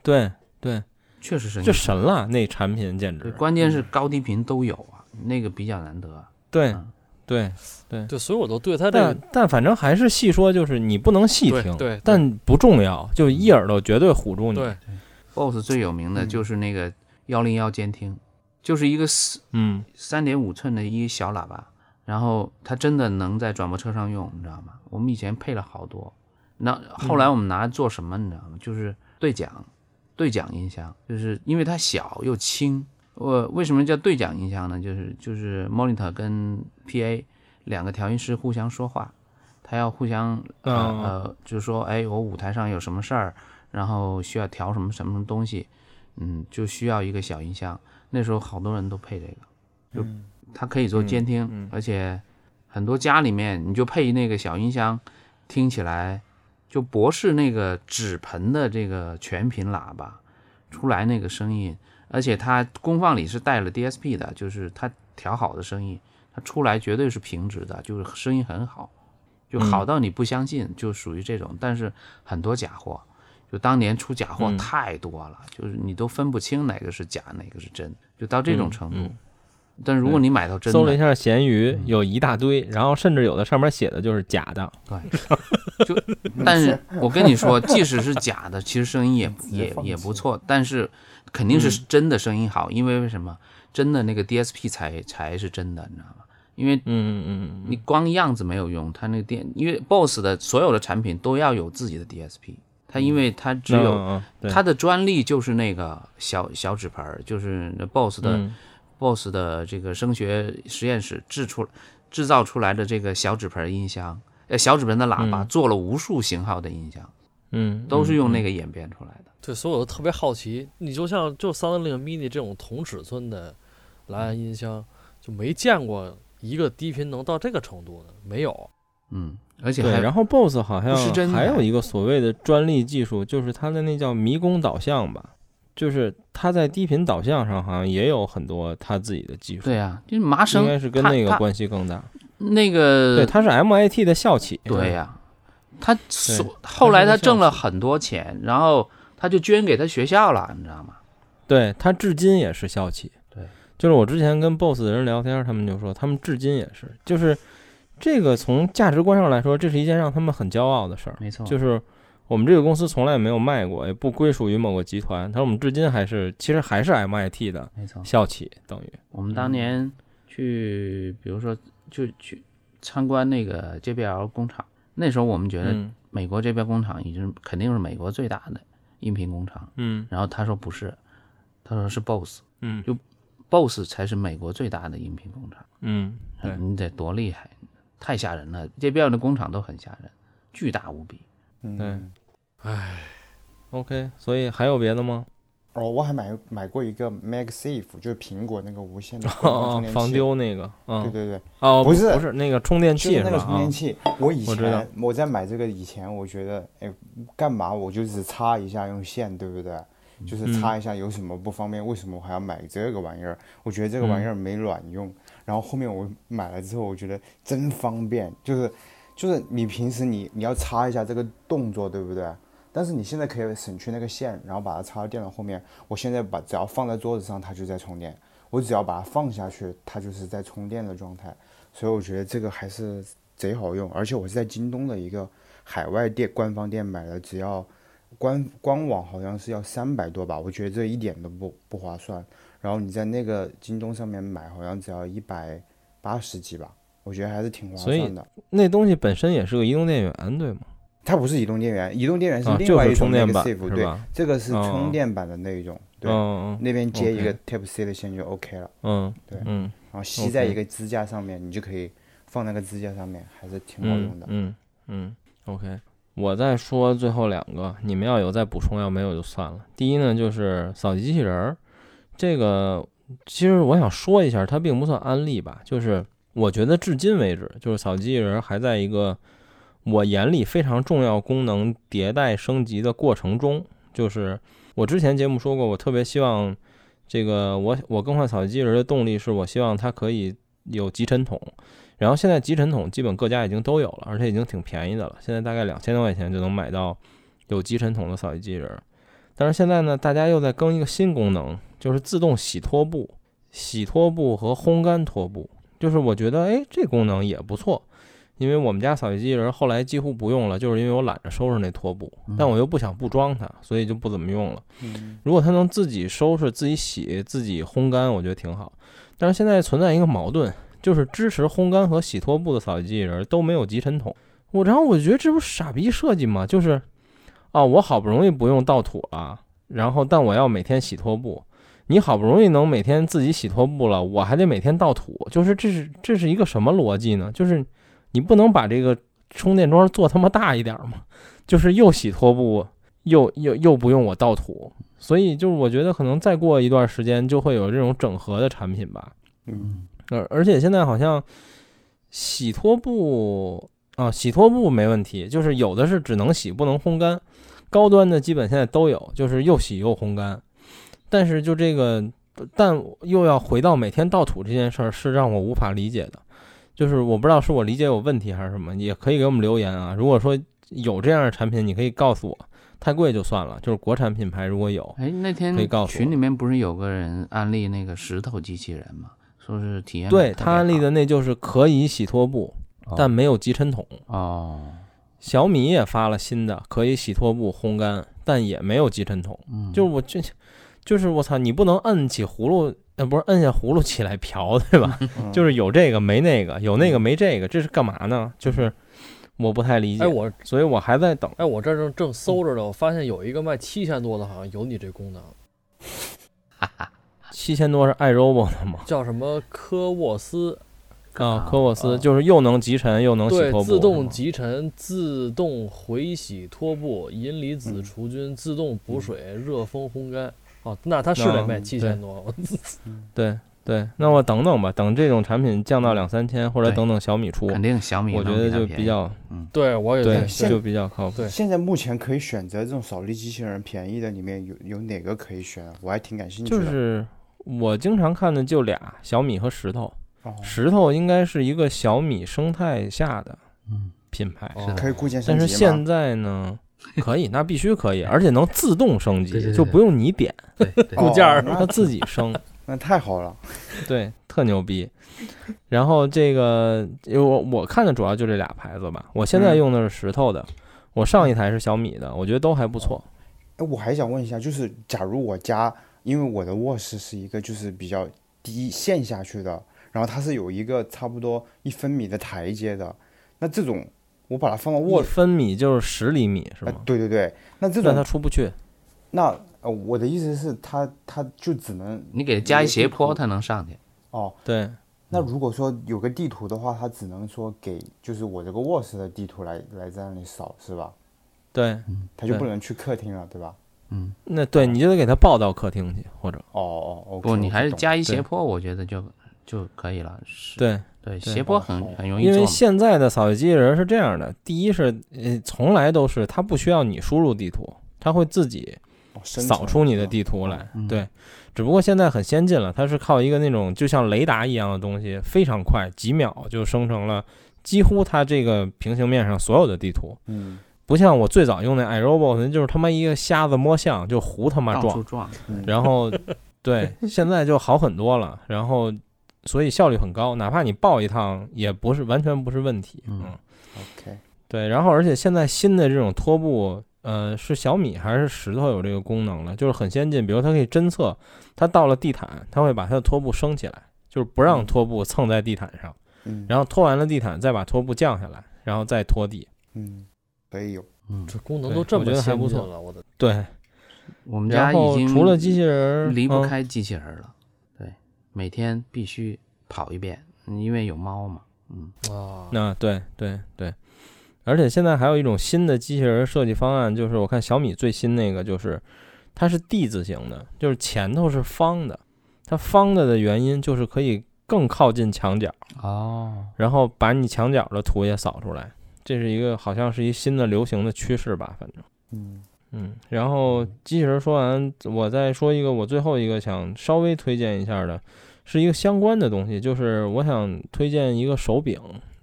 S1: 对对，
S5: 确实是
S1: 就神了，那产品简
S5: 对，
S1: 直。
S5: 关键是高低频都有啊，那个比较难得。
S1: 嗯对
S5: 嗯
S1: 对，
S4: 对，所以我都对它这个
S1: 但但反正还是细说，就是你不能细
S4: 对
S1: 听，
S4: 对对
S1: 但不重要，就一耳朵绝对唬住你。
S4: 对
S5: BOSS 最有名
S1: 嗯
S5: 的就是那个幺零幺监听，就是一个四
S1: 嗯，
S5: 三点五寸的一小喇叭，然后它真的能在转播车上用，你知道吗？我们以前配了好多，那后来我们拿来做什么，你知道吗？就是对讲，对讲音箱，就是因为它小又轻。我为什么叫对讲音箱呢？就是就是 monitor 跟 PA 两个调音师互相说话，他要互相呃
S1: 嗯
S5: 呃，就是说，哎，我舞台上有什么事儿，然后需要调什么什么什么东西，嗯，就需要一个小音箱。那时候好多人都配这个，就它可以做监听，而且很多家里面你就配那个小音箱，听起来就博士那个纸盆的这个全频喇叭出来那个声音，而且它功放里是带了 DSP 的，就是它调好的声音，它出来绝对是平直的，就是声音很好，就
S1: 嗯
S5: 好到你不相信，就属于这种。但是很多假货，就当年出假货
S1: 嗯
S5: 太多了，就是你都分不清哪个是假，哪个是真，就到这种程度。
S1: 嗯嗯
S5: 但如果你买到真的，
S1: 搜了一下闲鱼，有一大堆，然后甚至有的上面写的就是假的。
S5: 对，就但是我跟你说，即使是假的，其实声音也也也不错，但是肯定是真的声音好，因为为什么？真的那个 DSP 才才是真的，你知道吗？因为
S1: 嗯嗯嗯
S5: 你光样子没有用，它那个电，因为 BOSS 的所有的产品都要有自己的 DSP，它因为它只
S1: 嗯，
S5: 有
S1: 嗯嗯
S5: 它的专利就是那个小小纸盆儿，就是那 BOSS
S1: 对
S5: 的
S1: 嗯
S5: BOSS 的这个声学实验室制出制造出来的这个小纸盆音箱，呃，小纸盆的喇叭、
S1: 嗯
S5: 做了无数型号的音箱，
S1: 嗯
S5: 都是用那
S1: 个
S5: 个演变出来的。
S4: 对，所以我都特别好奇，你就像就三菱 mini 这种同尺寸的，蓝牙音箱，就没见过一个低频能到这个程度的，没有。
S5: 嗯，而且
S1: 对，
S5: 还
S1: 然后 BOSS 好
S5: 不是真
S1: 像
S5: 的
S1: 还有一个所谓的专利技术，就是它的那叫迷宫导向吧，就是它在低频导向上好像也有很多它自己的技术，
S5: 对啊，就是麻
S1: 应
S5: 绳
S1: 该是跟
S5: 它
S1: 那个
S5: 它
S1: 关系更大。
S5: 那个
S1: 对，它是 MIT 的校企。
S5: 呃对呀、他所
S1: 它
S5: 后
S1: 是
S5: 来
S1: 个
S5: 他
S1: 校
S5: 挣了
S1: 企
S5: 很多钱，然后他就捐给他学校了，你知道吗？
S1: 对，它至今也是校企。
S5: 对，
S1: 就是我之前跟 BOSS 的人聊天，他们就说他们至今也是，就是这个从价值观上来说，这是一件让他们很骄傲的事儿。
S5: 没错，
S1: 就是我们这个公司从来没有卖过，也不归属于某个集团，他说我们至今还是其实还是 MIT 的
S5: 没错。
S1: 校企，等于
S5: 我们当年去，比如说就去参观那个 JBL 工厂，那时候我们觉得
S1: 嗯
S5: 美国这边工厂已经肯定是美国最大的音频工厂，
S1: 嗯
S5: 然后他说不是，他说是 BOSS，BOSS
S1: 嗯
S5: 就才是美国最大的音频工厂。
S1: 嗯，对，
S5: 你得多厉害，太吓人了！这边的工厂都很吓人，巨大无比。
S1: 嗯
S3: 嗯，
S4: 唉，
S1: OK，所以还有别的吗？
S3: 哦，我还买买过一个 MagSafe，就是苹果那个 无线的
S1: 哦
S3: 官方充
S1: 哦
S3: 电，器
S1: 防。丢那个，
S3: 对
S1: 嗯，
S3: 对对，
S1: 哦，
S3: 不是
S1: 不是那个充电
S3: 就
S1: 器
S3: 是
S1: 是
S3: 那个
S1: 吧？
S3: 充
S1: 啊
S3: 电，器，我以
S1: 我知道
S3: 前我在买这个以前，我觉得，哎，干嘛我就只插一下用线，对不对？
S1: 嗯
S3: 就是插一下有什么不方便？为什么我还要买这个玩意儿？我觉得
S1: 嗯
S3: 这个玩意儿没卵用。然后后面我买了之后，我觉得真方便，就是就是你平时你你要插一下这个动作，对不对？但是你现在可以省去那个线，然后把它插到电脑后面。我现在把只要放在桌子上，它就在充电；我只要把它放下去，它就是在充电的状态。所以我觉得这个还是贼好用，而且我是在京东的一个海外店官方店买的，只要官官网好像是要三百多吧，我觉得这一点都不不划算。然后你在那个京东上面买，好像只要一百八十几吧，我觉得还是挺划
S1: 所以
S3: 算的。
S1: 啊那东西本身也是个移动电源，对吗？
S3: 它不是移动电源，移动电源是
S1: 啊
S3: 另
S1: 就
S3: 外
S1: 是
S3: 一种
S1: 充电
S3: Mega
S1: 板
S3: Safe，
S1: 是
S3: 对
S1: 吧，
S3: 这个是
S1: 哦
S3: 充电板的那一种，对，
S1: 嗯嗯
S3: 那边接一个
S1: OK
S3: Type C 的线就 OK 了，
S1: 嗯，
S3: 对
S1: 嗯，
S3: 然后吸在
S1: OK
S3: 一个支架上面，你就可以放那个支架上面，还是挺好用
S1: 嗯
S3: 的。
S1: 嗯嗯，OK。我再说最后两个，你们要有再补充，要没有就算了。第一呢，就是扫地机器人儿，这个其实我想说一下，它并不算安利吧，就是我觉得至今为止，就是扫地机器人儿还在一个我眼里非常重要功能迭代升级的过程中。就是我之前节目说过，我特别希望这个我我更换扫地机器人儿的动力是我希望它可以有集尘桶，然后现在集尘桶基本各家已经都有了，而且已经挺便宜的了，现在大概两千多块钱就能买到有集尘桶的扫地机器人儿。但是现在呢，大家又在更一个新功能，就是自动洗拖布、洗拖布和烘干拖布。就是我觉得，哎，这功能也不错，因为我们家扫地机器人儿后来几乎不用了，就是因为我懒得收拾那拖布，但我又不想不装它，所以就不怎么用了。
S3: 嗯，
S1: 如果它能自己收拾、自己洗、自己烘干，我觉得挺好。但是现在存在一个矛盾，就是支持烘干和洗拖布的扫地机器人都没有集尘桶。我然后我觉得这不是傻逼设计吗？就是啊，我好不容易不用倒土了，然后但我要每天洗拖布。你好不容易能每天自己洗拖布了，我还得每天倒土，就是这是这是一个什么逻辑呢？就是你不能把这个充电桩做他妈大一点吗？就是又洗拖布，又又又不用我倒土，所以就是我觉得可能再过一段时间就会有这种整合的产品吧。
S3: 嗯，
S1: 而而且现在好像洗拖布啊，洗拖布没问题，就是有的是只能洗不能烘干，高端的基本现在都有，就是又洗又烘干。但是就这个，但又要回到每天倒土这件事儿，是让我无法理解的。就是我不知道是我理解有问题还是什么，也可以给我们留言啊。如果说有这样的产品，你可以告诉我，太贵就算了。就是国产品牌如果有，
S5: 哎，那
S1: 可以
S5: 天
S1: 告诉
S5: 群
S1: 我
S5: 里面不是有个人安利那个石头机器人吗？说是体验
S1: 对
S5: 感特
S1: 他
S5: 别
S1: 安利
S5: 好
S1: 的那就是可以洗拖布，
S5: 哦
S1: 但没有集尘桶。
S5: 哦，
S1: 小米也发了新的，可以洗拖布、烘干，但也没有集尘桶。
S5: 嗯，
S1: 就是我这，就是我操，你不能摁起葫芦，呃，不是摁下葫芦起来瓢，对 吧？就是有这个没那个，有那
S4: 嗯
S1: 个没这个，这是干嘛呢？就是我不太理解
S4: 哎，我
S1: 所以我还在等。
S4: 哎我这儿正正搜着呢，我发现有一个卖七千多的，好像有你这功能，
S1: 七千多是爱 robo 的吗？
S4: 叫什么科沃斯，
S1: 啊，科沃斯
S4: 啊
S1: 就是又能集尘又能洗
S4: 对
S1: 拖，哦布，
S4: 自
S1: 是
S4: 动
S1: 吗
S4: 集尘、自动回洗拖布、银离子
S3: 嗯
S4: 除菌、自动补水、热风烘干。哦，那它是得卖
S1: 嗯
S4: 七
S1: 对
S4: 千多，
S1: 对，对，那我等等吧，等这种产品降到两三千，或者
S5: 对
S1: 等等小米出，
S5: 肯定小米
S1: 我觉
S5: 能
S1: 得
S5: 它
S1: 就
S5: 便
S1: 比
S5: 宜
S1: 较
S4: 对我也
S1: 对，
S4: 对
S1: 就比较靠谱。
S4: 对
S3: 现在目前可以选择这种扫地机器人便宜的里面有有哪个可以选？啊我还挺感兴趣
S1: 就
S3: 的。
S1: 是我经常看的就俩，小米和石头。
S3: 哦
S1: 石头应该是一个小米生态下的
S5: 嗯
S1: 品牌，
S5: 是的
S3: 可以固件升
S1: 哦但
S3: 级
S1: 是
S3: 吗？
S1: 现在 呢，可以，那必须可以，而且能自动升
S5: 对对
S1: 级，
S5: 对
S1: 就不用你点，
S5: 对 对
S4: 固件儿
S3: 哦
S1: 它
S3: 那
S1: 自己升。
S3: 那太好了。
S1: 对，特牛逼。然后这个，因为我我看的主要就这俩牌子吧。我现在
S3: 嗯
S1: 用的是石头的，我上一台是小米的，我觉得都还不错。
S3: 哎，我还想问一下，就是假如我家，因为我的卧室是一个就是比较低陷下去的，然后它是有一个差不多一分米的台阶的，那这种我把它放到
S1: 一
S3: 卧室，
S1: 分米就是十厘米是
S3: 哎
S1: 吗？
S3: 对对对，那这
S1: 但它
S3: 种
S1: 出不去。
S3: 那呃，我的意思是它它就只能
S5: 你给它加一
S3: 有
S5: 斜
S3: 地
S5: 坡，
S3: 图
S5: 它能上去。
S3: 哦，
S1: 对，
S3: 那如果说有个地图的话，它只能说给就是我这个卧室的地图来来在那里扫，是吧？
S1: 对，
S5: 嗯
S3: 它就
S1: 对
S3: 不能去客厅了，对吧？
S1: 那对你就得给它抱到客厅去，或者
S3: 哦哦，OK，
S5: 不，你还是
S3: 懂
S5: 加一
S1: 对
S5: 斜坡，我觉得就就可以了。是，
S1: 对，对
S5: 对，
S1: 哦
S5: 斜坡很很容易
S1: 因
S5: 做
S1: 为
S5: 嘛。
S1: 现在的扫地机器人是这样的：第一是，呃，从来都是它不需要你输入地图，它会自己
S3: 哦生
S1: 扫
S3: 成
S1: 出你
S3: 是
S1: 的
S3: 吧
S1: 地图来。
S5: 嗯
S1: 对，只不过现在很先进了，它是靠一个那种就像雷达一样的东西，非常快，几秒就生成了几乎它这个平行面上所有的地图。
S3: 嗯
S1: 不像我最早用那 iRobot，那就是他妈一个瞎子摸象，就胡他
S2: 啊
S1: 妈
S5: 到
S1: 撞
S5: 处。撞，
S3: 嗯，
S1: 然 后，对，现在就好很多了。然后，所以效率很高，哪怕你报一趟也不是完全不是问题。
S5: 嗯
S1: 嗯，
S3: OK，
S1: 对。然后，而且现在新的这种拖布，呃，是小米还是石头有这个功能了？就是很先进，比如它可以侦测它到了地毯，它会把它的拖布升起来，就是不
S5: 嗯
S1: 让拖布蹭在地毯上。
S3: 嗯，
S1: 然后拖完了地毯，再把拖布降下来，然后再拖地。
S3: 嗯，可以有，
S5: 嗯，
S4: 这功能
S1: 对
S4: 都这
S1: 我觉
S4: 么
S1: 得还
S4: 先
S1: 不
S4: 进
S1: 错
S4: 了，我的
S1: 对，
S5: 我们家
S1: 然
S5: 已
S1: 后
S5: 经
S1: 除了机器人儿
S5: 离不
S1: 嗯
S5: 开机器人儿了。对，每天必须跑一遍，因为有猫嘛。嗯，
S4: 啊，
S1: 那对对对，而且现在还有一种新的机器人设计方案，就是我看小米最新那个，就是它是 D 字形的，就是前头是方的。它方的的原因就是可以更靠近墙角，
S5: 哦，
S1: 然后把你墙角的图也扫出来。这是一个好像是一新的流行的趋势吧，反正
S3: 嗯，
S1: 嗯。然后机器人说完，我再说一个我最后一个想稍微推荐一下的，是一个相关的东西，就是我想推荐一个手柄，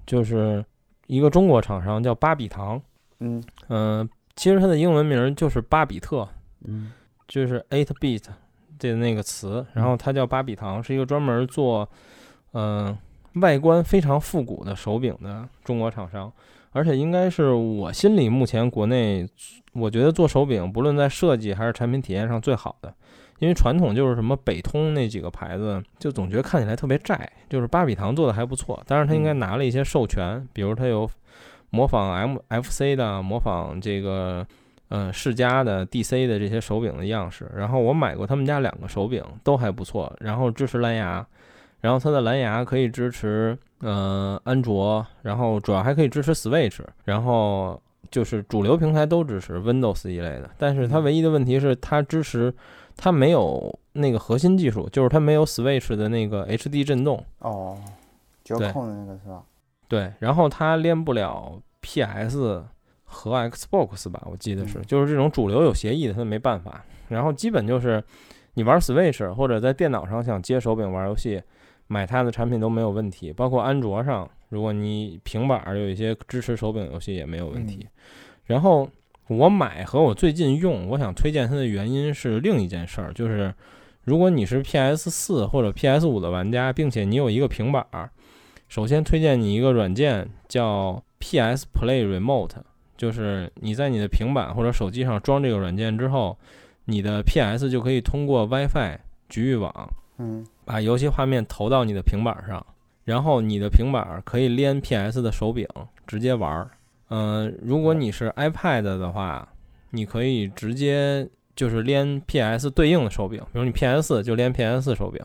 S1: 就是一个中国厂商叫巴比堂，
S3: 嗯，
S1: 嗯、其实它的英文名儿就是巴比特，
S5: 嗯，
S1: 就是 eight bit 的那个词，然后它叫巴比堂，是一个专门做嗯、呃外观非常复古的手柄的中国厂商，而且应该是我心里目前国内我觉得做手柄不论在设计还是产品体验上最好的。因为传统就是什么北通那几个牌子，就总觉得看起来特别窄。就是巴比堂做的还不错，当然它应该拿了一些授权，比如它有模仿 M F C 的，模仿这个呃世嘉的 DC 的这些手柄的样式。然后我买过他们家两个手柄，都还不错，然后支持蓝牙，然后它的蓝牙可以支持呃安卓，然后主要还可以支持 Switch，然后就是主流平台都支持 Windows 一类的。但是它唯一的问题是它支持它没有那个核心技术，就是它没有 Switch 的那个 HD 震动。
S3: 哦，就
S1: 对
S3: 要控的那个是吧？
S1: 对，然后它连不了 PS 和 Xbox 吧，我记得是，
S3: 嗯
S1: 就是这种主流有协议的，它没办法。然后基本就是你玩 Switch 或者在电脑上想接手柄玩游戏，买它的产品都没有问题，包括安卓上，如果你平板儿有一些支持手柄游戏也没有问题。然后我买和我最近用，我想推荐它的原因是另一件事儿，就是如果你是 PS 四或者 PS 五的玩家，并且你有一个平板儿，首先推荐你一个软件叫 PS Play Remote，就是你在你的平板或者手机上装这个软件之后，你的 PS 就可以通过 WiFi 局域网
S3: 嗯，
S1: 把游戏画面投到你的平板上，然后你的平板可以连 PS 的手柄直接玩儿。嗯、如果你是 iPad 的话，你可以直接就是连 PS 对应的手柄，比如你 PS 就连 PS 手柄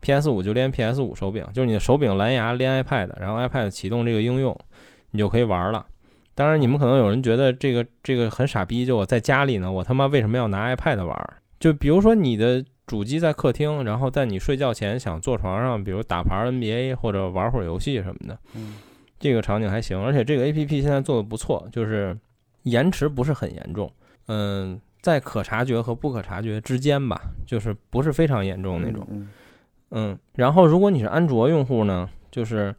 S1: ，PS 五就连 PS 五手柄，就是你的手柄蓝牙连 iPad，然后 iPad 启动这个应用，你就可以玩儿了。当然，你们可能有人觉得这个这个很傻逼，就我在家里呢，我他妈为什么要拿 iPad 玩儿？就比如说你的
S7: 主机在客厅，然后在你睡觉前想坐床上，比如打盘 NBA 或者玩会儿游戏什么的，
S3: 嗯
S7: 这个场景还行。而且这个 APP 现在做的不错，就是延迟不是很严重，嗯，在可察觉和不可察觉之间吧，就是不是非常严重那种。
S3: 嗯
S7: 嗯，然后如果你是安卓用户呢，就是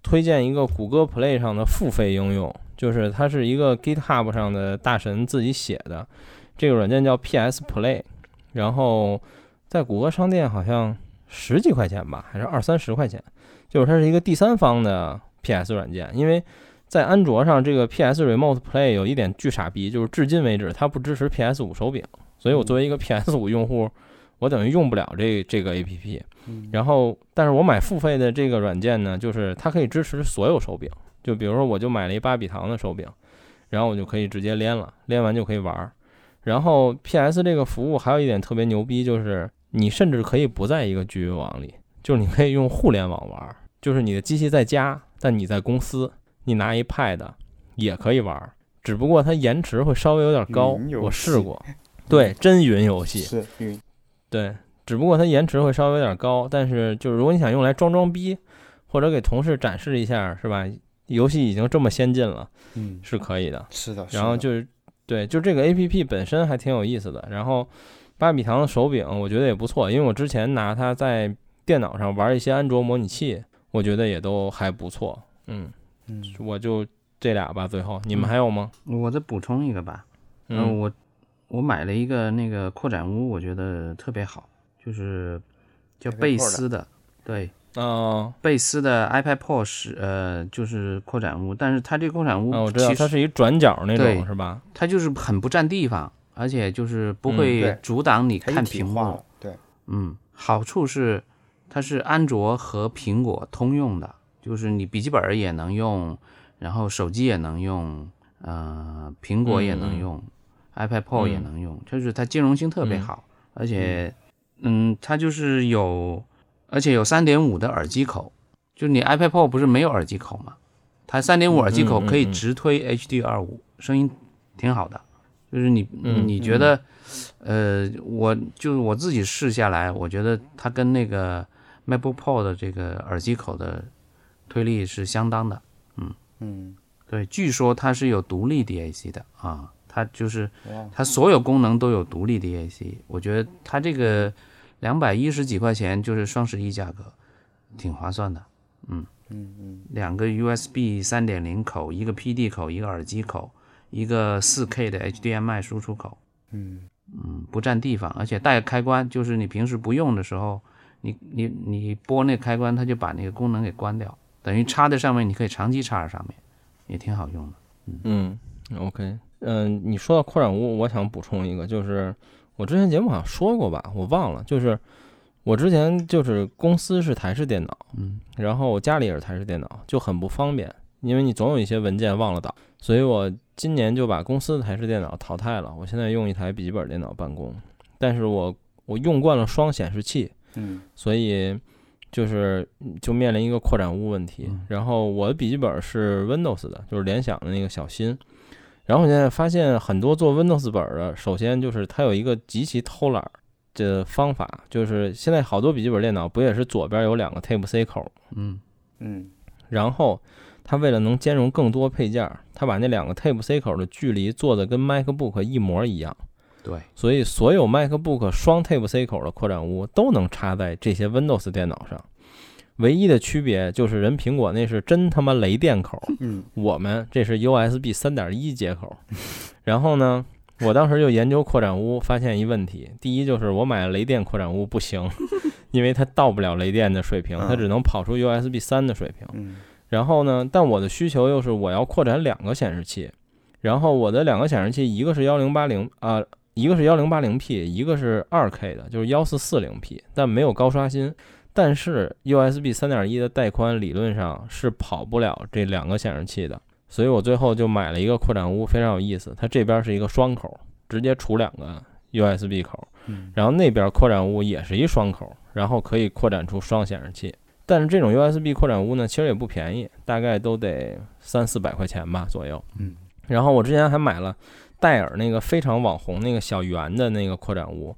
S7: 推荐一个谷歌 Play 上的付费应用，就是它是一个 GitHub 上的大神自己写的，这个软件叫 PS Play，然后在谷歌商店好像十几块钱吧，还是二三十块钱，就是它是一个第三方的 PS 软件，因为。在安卓上，这个 PS Remote Play 有一点巨傻逼，就是至今为止它不支持 PS 五手柄，所以我作为一个 PS 五用户，我等于用不了这这个 APP。
S3: 嗯
S7: 然后，但是我买付费的这个软件呢，就是它可以支持所有手柄，就比如说我就买了一巴比糖的手柄，然后我就可以直接连了，连完就可以玩儿。然后 PS 这个服务还有一点特别牛逼，就是你甚至可以不在一个局域网里，就是你可以用互联网玩儿，就是你的机器在家，但你在公司，你拿一 Pad 也可以玩儿，只不过它延迟会稍微有点高
S3: 云，游
S7: 我试
S3: 戏
S7: 过，对，真云游戏，
S3: 嗯是云
S7: 对，只不过它延迟会稍微有点高，但是就是如果你想用来装装逼，或者给同事展示一下，是吧？游戏已经这么先进了，
S3: 嗯
S7: 是可以的。
S3: 是的，是
S7: 然后
S3: 的
S7: 就是对，就这个 A P P 本身还挺有意思的。然后芭比糖的手柄我觉得也不错，因为我之前拿它在电脑上玩一些安卓模拟器，我觉得也都还不错。嗯，
S3: 嗯
S7: 我就这俩吧。最后你们还有吗？
S5: 我再补充一个吧，嗯，
S7: 嗯
S5: 我我买了一个那个扩展屋，我觉得特别好，就是叫
S3: iPad
S5: 贝
S3: Pro
S5: 斯的，对，
S7: 哦，
S5: 贝斯的 iPad Pro 是呃就是扩展屋，但是它这个扩展屋
S7: 啊，我知道
S5: 其
S7: 它
S5: 实
S7: 是一转角那
S5: 对
S7: 种，是吧？
S5: 它就是很不占地方，而且就是不
S7: 嗯
S5: 会
S3: 对
S5: 阻挡你
S3: 它一
S5: 看
S3: 体
S5: 屏
S3: 化
S5: 幕
S3: 了，，对，
S5: 嗯，好处是它是安卓和苹果通用的，就是你笔记本儿也能用，然后手机也能用，呃，苹果也能用、i p a d Pro
S7: 嗯
S5: 也能用，就是它兼容性特别
S7: 嗯
S5: 好，而且，嗯，它就是有，而且有3.5的耳机口，就是你 iPad Pro 不是没有耳机口吗？它3.5耳机口
S7: 嗯嗯
S5: 可以
S7: 嗯
S5: 直推 HDR 五、声音挺好的。就是你、
S7: 嗯
S5: 你觉得，呃，我就是我自己试下来，我觉得它跟那个 MacBook Pro 的这个耳机口的推力是相当的。
S3: 嗯，
S5: 对，据说它是有独立 DAC 的啊，它就是
S3: 哇，
S5: 它所有功能都有独立 DAC。我觉得它这个两百一十几块钱就是双十一价格，挺划算的。
S3: 嗯嗯
S5: 两个 USB 三点零口，一个 PD 口，一个耳机口，一个四 K 的 HDMI 输出口。
S3: 嗯
S5: 嗯，不占地方，而且带开关，就是你平时不用的时候，你你你拨那个开关，它就把那个功能给关掉，等于插在上面，你可以长期插在上面，也挺好用的。
S7: 嗯，OK，嗯，你说到扩展坞，我想补充一个，就是我之前节目好像说过
S3: 嗯
S7: 吧，我忘了，就是我之前就是公司是台式电脑，
S5: 嗯，
S7: 然后我家里也是台式电脑，就很不方便，因为你总有一些文件忘了导，所以我今年就把公司的台式电脑淘汰了，我现在用一台笔记本电脑办公，但是我我用惯了双显示器，
S3: 嗯
S7: 所以就是就面临一个扩展坞问题。然后我的笔记本是 Windows 的，就是联想的那个小新。然后我现在发现很多做 Windows 本儿的，首先就是它有一个极其偷懒儿的方法，就是现在好多笔记本电脑不也是左边有两个 Type C 口吗
S5: 嗯，
S3: 嗯
S7: 然后它为了能兼容更多配件儿，它把那两个 Type C 口的距离做的跟 MacBook 一模一样。
S5: 对，
S7: 所以所有 MacBook 双 Type C 口的扩展坞都能插在这些 Windows 电脑上。唯一的区别就是人苹果那是真他妈雷电口，
S3: 嗯
S7: 我们这是 USB 三点一接口。然后呢，我当时就研究扩展坞，发现一问题：第一就是我买雷电扩展坞不行，因为它到不了雷电的水平，它只能跑出 USB 三的水平。
S3: 嗯
S7: 然后呢，但我的需求又是我要扩展两个显示器，然后我的两个显示器一个是幺零八零啊，一个是幺零八零 P，一个是二 K 的，就是幺四四零 P，但没有高刷新。但是 USB 三点一的带宽理论上是跑不了这两个显示器的，所以我最后就买了一个扩展坞，非常有意思。它这边是一个双口，直接出两个 USB 口，
S3: 嗯
S7: 然后那边扩展坞也是一双口，然后可以扩展出双显示器。但是这种 USB 扩展坞呢，其实也不便宜，大概都得三四百块钱吧左右。
S3: 嗯，
S7: 然后我之前还买了戴尔那个非常网红那个小圆的那个扩展坞，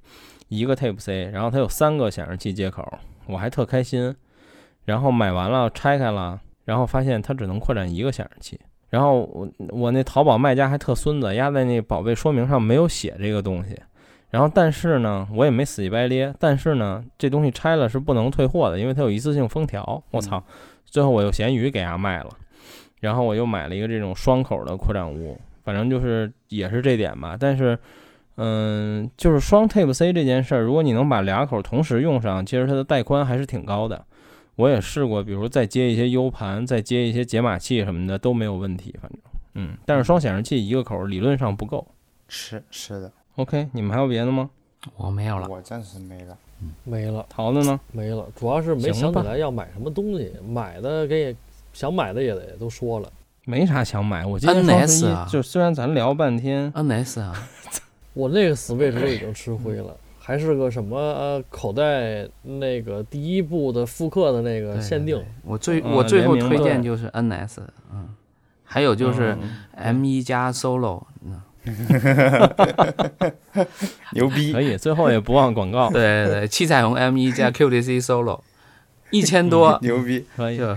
S7: 一个 Type C，然后它有三个显示器接口，我还特开心。然后买完了拆开了，然后发现它只能扩展一个显示器。然后我我那淘宝卖家还特孙子，压在那宝贝说明上没有写这个东西。然后但是呢，我也没死乞白咧，但是呢，这东西拆了是不能退货的，因为它有一次性封条。我操！最后我又闲鱼给它卖了，然后我又买了一个这种双口的扩展坞，反正就是也是这点吧。但是，嗯，就是双 Type C 这件事儿，如果你能把俩口同时用上，其实它的带宽还是挺高的。我也试过，比如再接一些 U 盘，再接一些解码器什么的都没有问题，反正嗯，但是双显示器一个口理论上不够。
S3: 是是的，
S7: OK，你们还有别的吗？
S5: 我没有了，
S3: 我暂时没了。
S4: 没了
S7: 桃子呢？
S4: 没了，主要是没
S7: 行
S4: 想起
S7: 吧
S4: 来要买什么东西，买的给也想买的也得都说了。
S7: 没啥想买，我今天双十
S5: NS
S7: 一
S5: 啊
S7: 就虽然咱聊半天，
S5: NS 啊，
S4: 我那个 Switch 都已经吃灰了，还是个什么呃口袋那个第一部的复刻的那个
S5: 对
S4: 限
S5: 对
S4: 定
S5: 对，我最
S7: 嗯
S5: 我最后
S7: 联名
S5: 推荐
S7: 的
S5: 就是 NS，嗯，还有就是
S7: 嗯
S5: M 一加 Solo，
S3: 牛逼
S7: 可！以，最后也不忘广告，
S5: 对对对，七彩虹 M 一加 QDC Solo，一千多，
S3: 牛逼！
S7: 可以，
S5: 就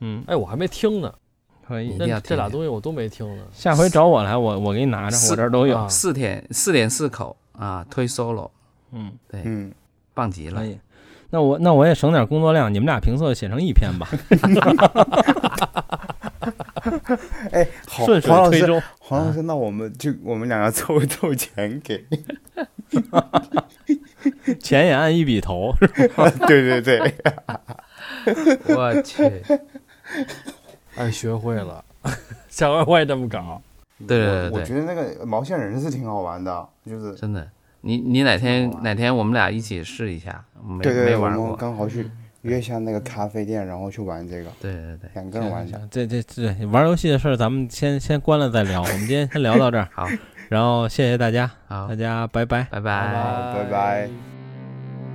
S7: 嗯，
S4: 哎，我还没听呢，
S7: 可以
S5: 一。定要
S4: 那这俩
S5: 听听
S4: 东西我都没听呢。
S7: 下回找我来，我我给你拿着，
S5: 是
S7: 我这儿都有
S4: 啊。
S5: 四点四点四口啊，推 Solo，
S7: 嗯，
S5: 对，
S3: 嗯，
S5: 棒极了
S1: 哎
S7: 可。以。那我那我也省点工作量，你们俩评测写成一篇吧，
S3: 哎，好
S7: 顺，水
S3: 黄老
S7: 推
S3: 师，
S7: 舟。
S3: 黄老师，那我们就我们两个凑 一凑钱给，
S7: 钱也按一笔投，
S3: 对对对，
S5: 我去，
S4: 哎，学会了， 下回我也这么搞。
S5: 对
S3: 我
S5: 对
S3: 我
S5: 对
S3: 觉得那个毛线人是挺好玩的，就是
S5: 真的，你你哪天
S3: 好玩
S5: 哪天我们俩一起试一下，没
S3: 对对
S5: 没
S3: 对，我
S5: 玩
S3: 们
S5: 过。
S3: 刚好去约一下那个咖啡店，然后去玩这个，
S5: 对对对，
S3: 两个人玩的。
S7: 这这这玩游戏的事儿，咱们先先关了再聊。我们今天先聊到这儿，
S5: 好
S7: 然后谢谢大家，
S5: 好
S1: 嗯
S7: 大，家拜拜。
S4: 拜
S5: 拜拜。
S3: 拜拜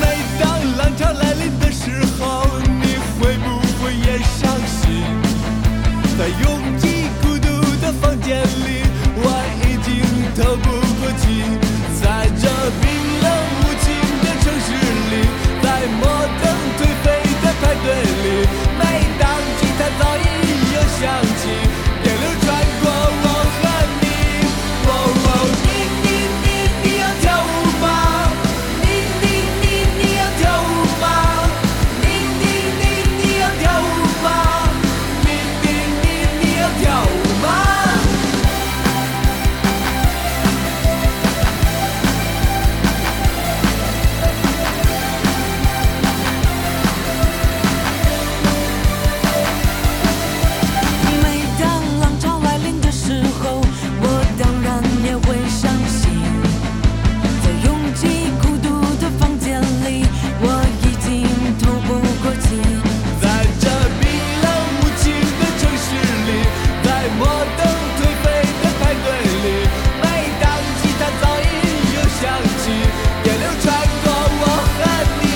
S6: 每当浪潮来临的时候，你会不会也伤心？在拥挤孤独的房间里，我已经透不过气。在这冰冷无情的城市里，在摩登颓废的派对里，每当吉他噪音又响起，电流穿过我和你。哦哦，你你你你要跳舞吗？你你你你要跳舞吗？你你你你要跳舞吗？你你你你要跳舞吗？
S8: 每当浪潮来临的时候，我当然也会伤心。在拥挤孤独的房间里，我已经透不过气。
S6: 在这冰冷无情的城市里，在摩登颓废的派对里，每当吉他噪音又响起，电流穿过我和你。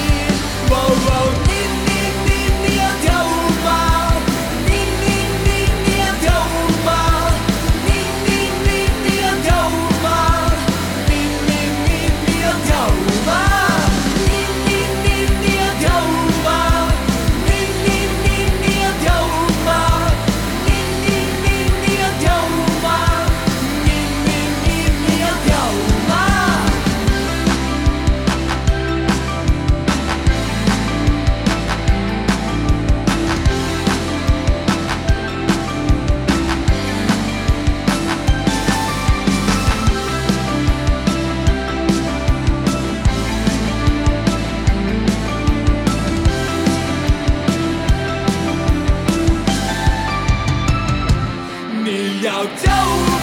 S6: 哦哦，你你你你要跳舞吗？你你你你要跳舞吗？你你你你要跳舞吗？你你你你要跳舞吗？你你你你要跳舞吗？你你你你要跳舞吗？你你你你要跳舞吗？你你你你要跳舞吗？你要跳舞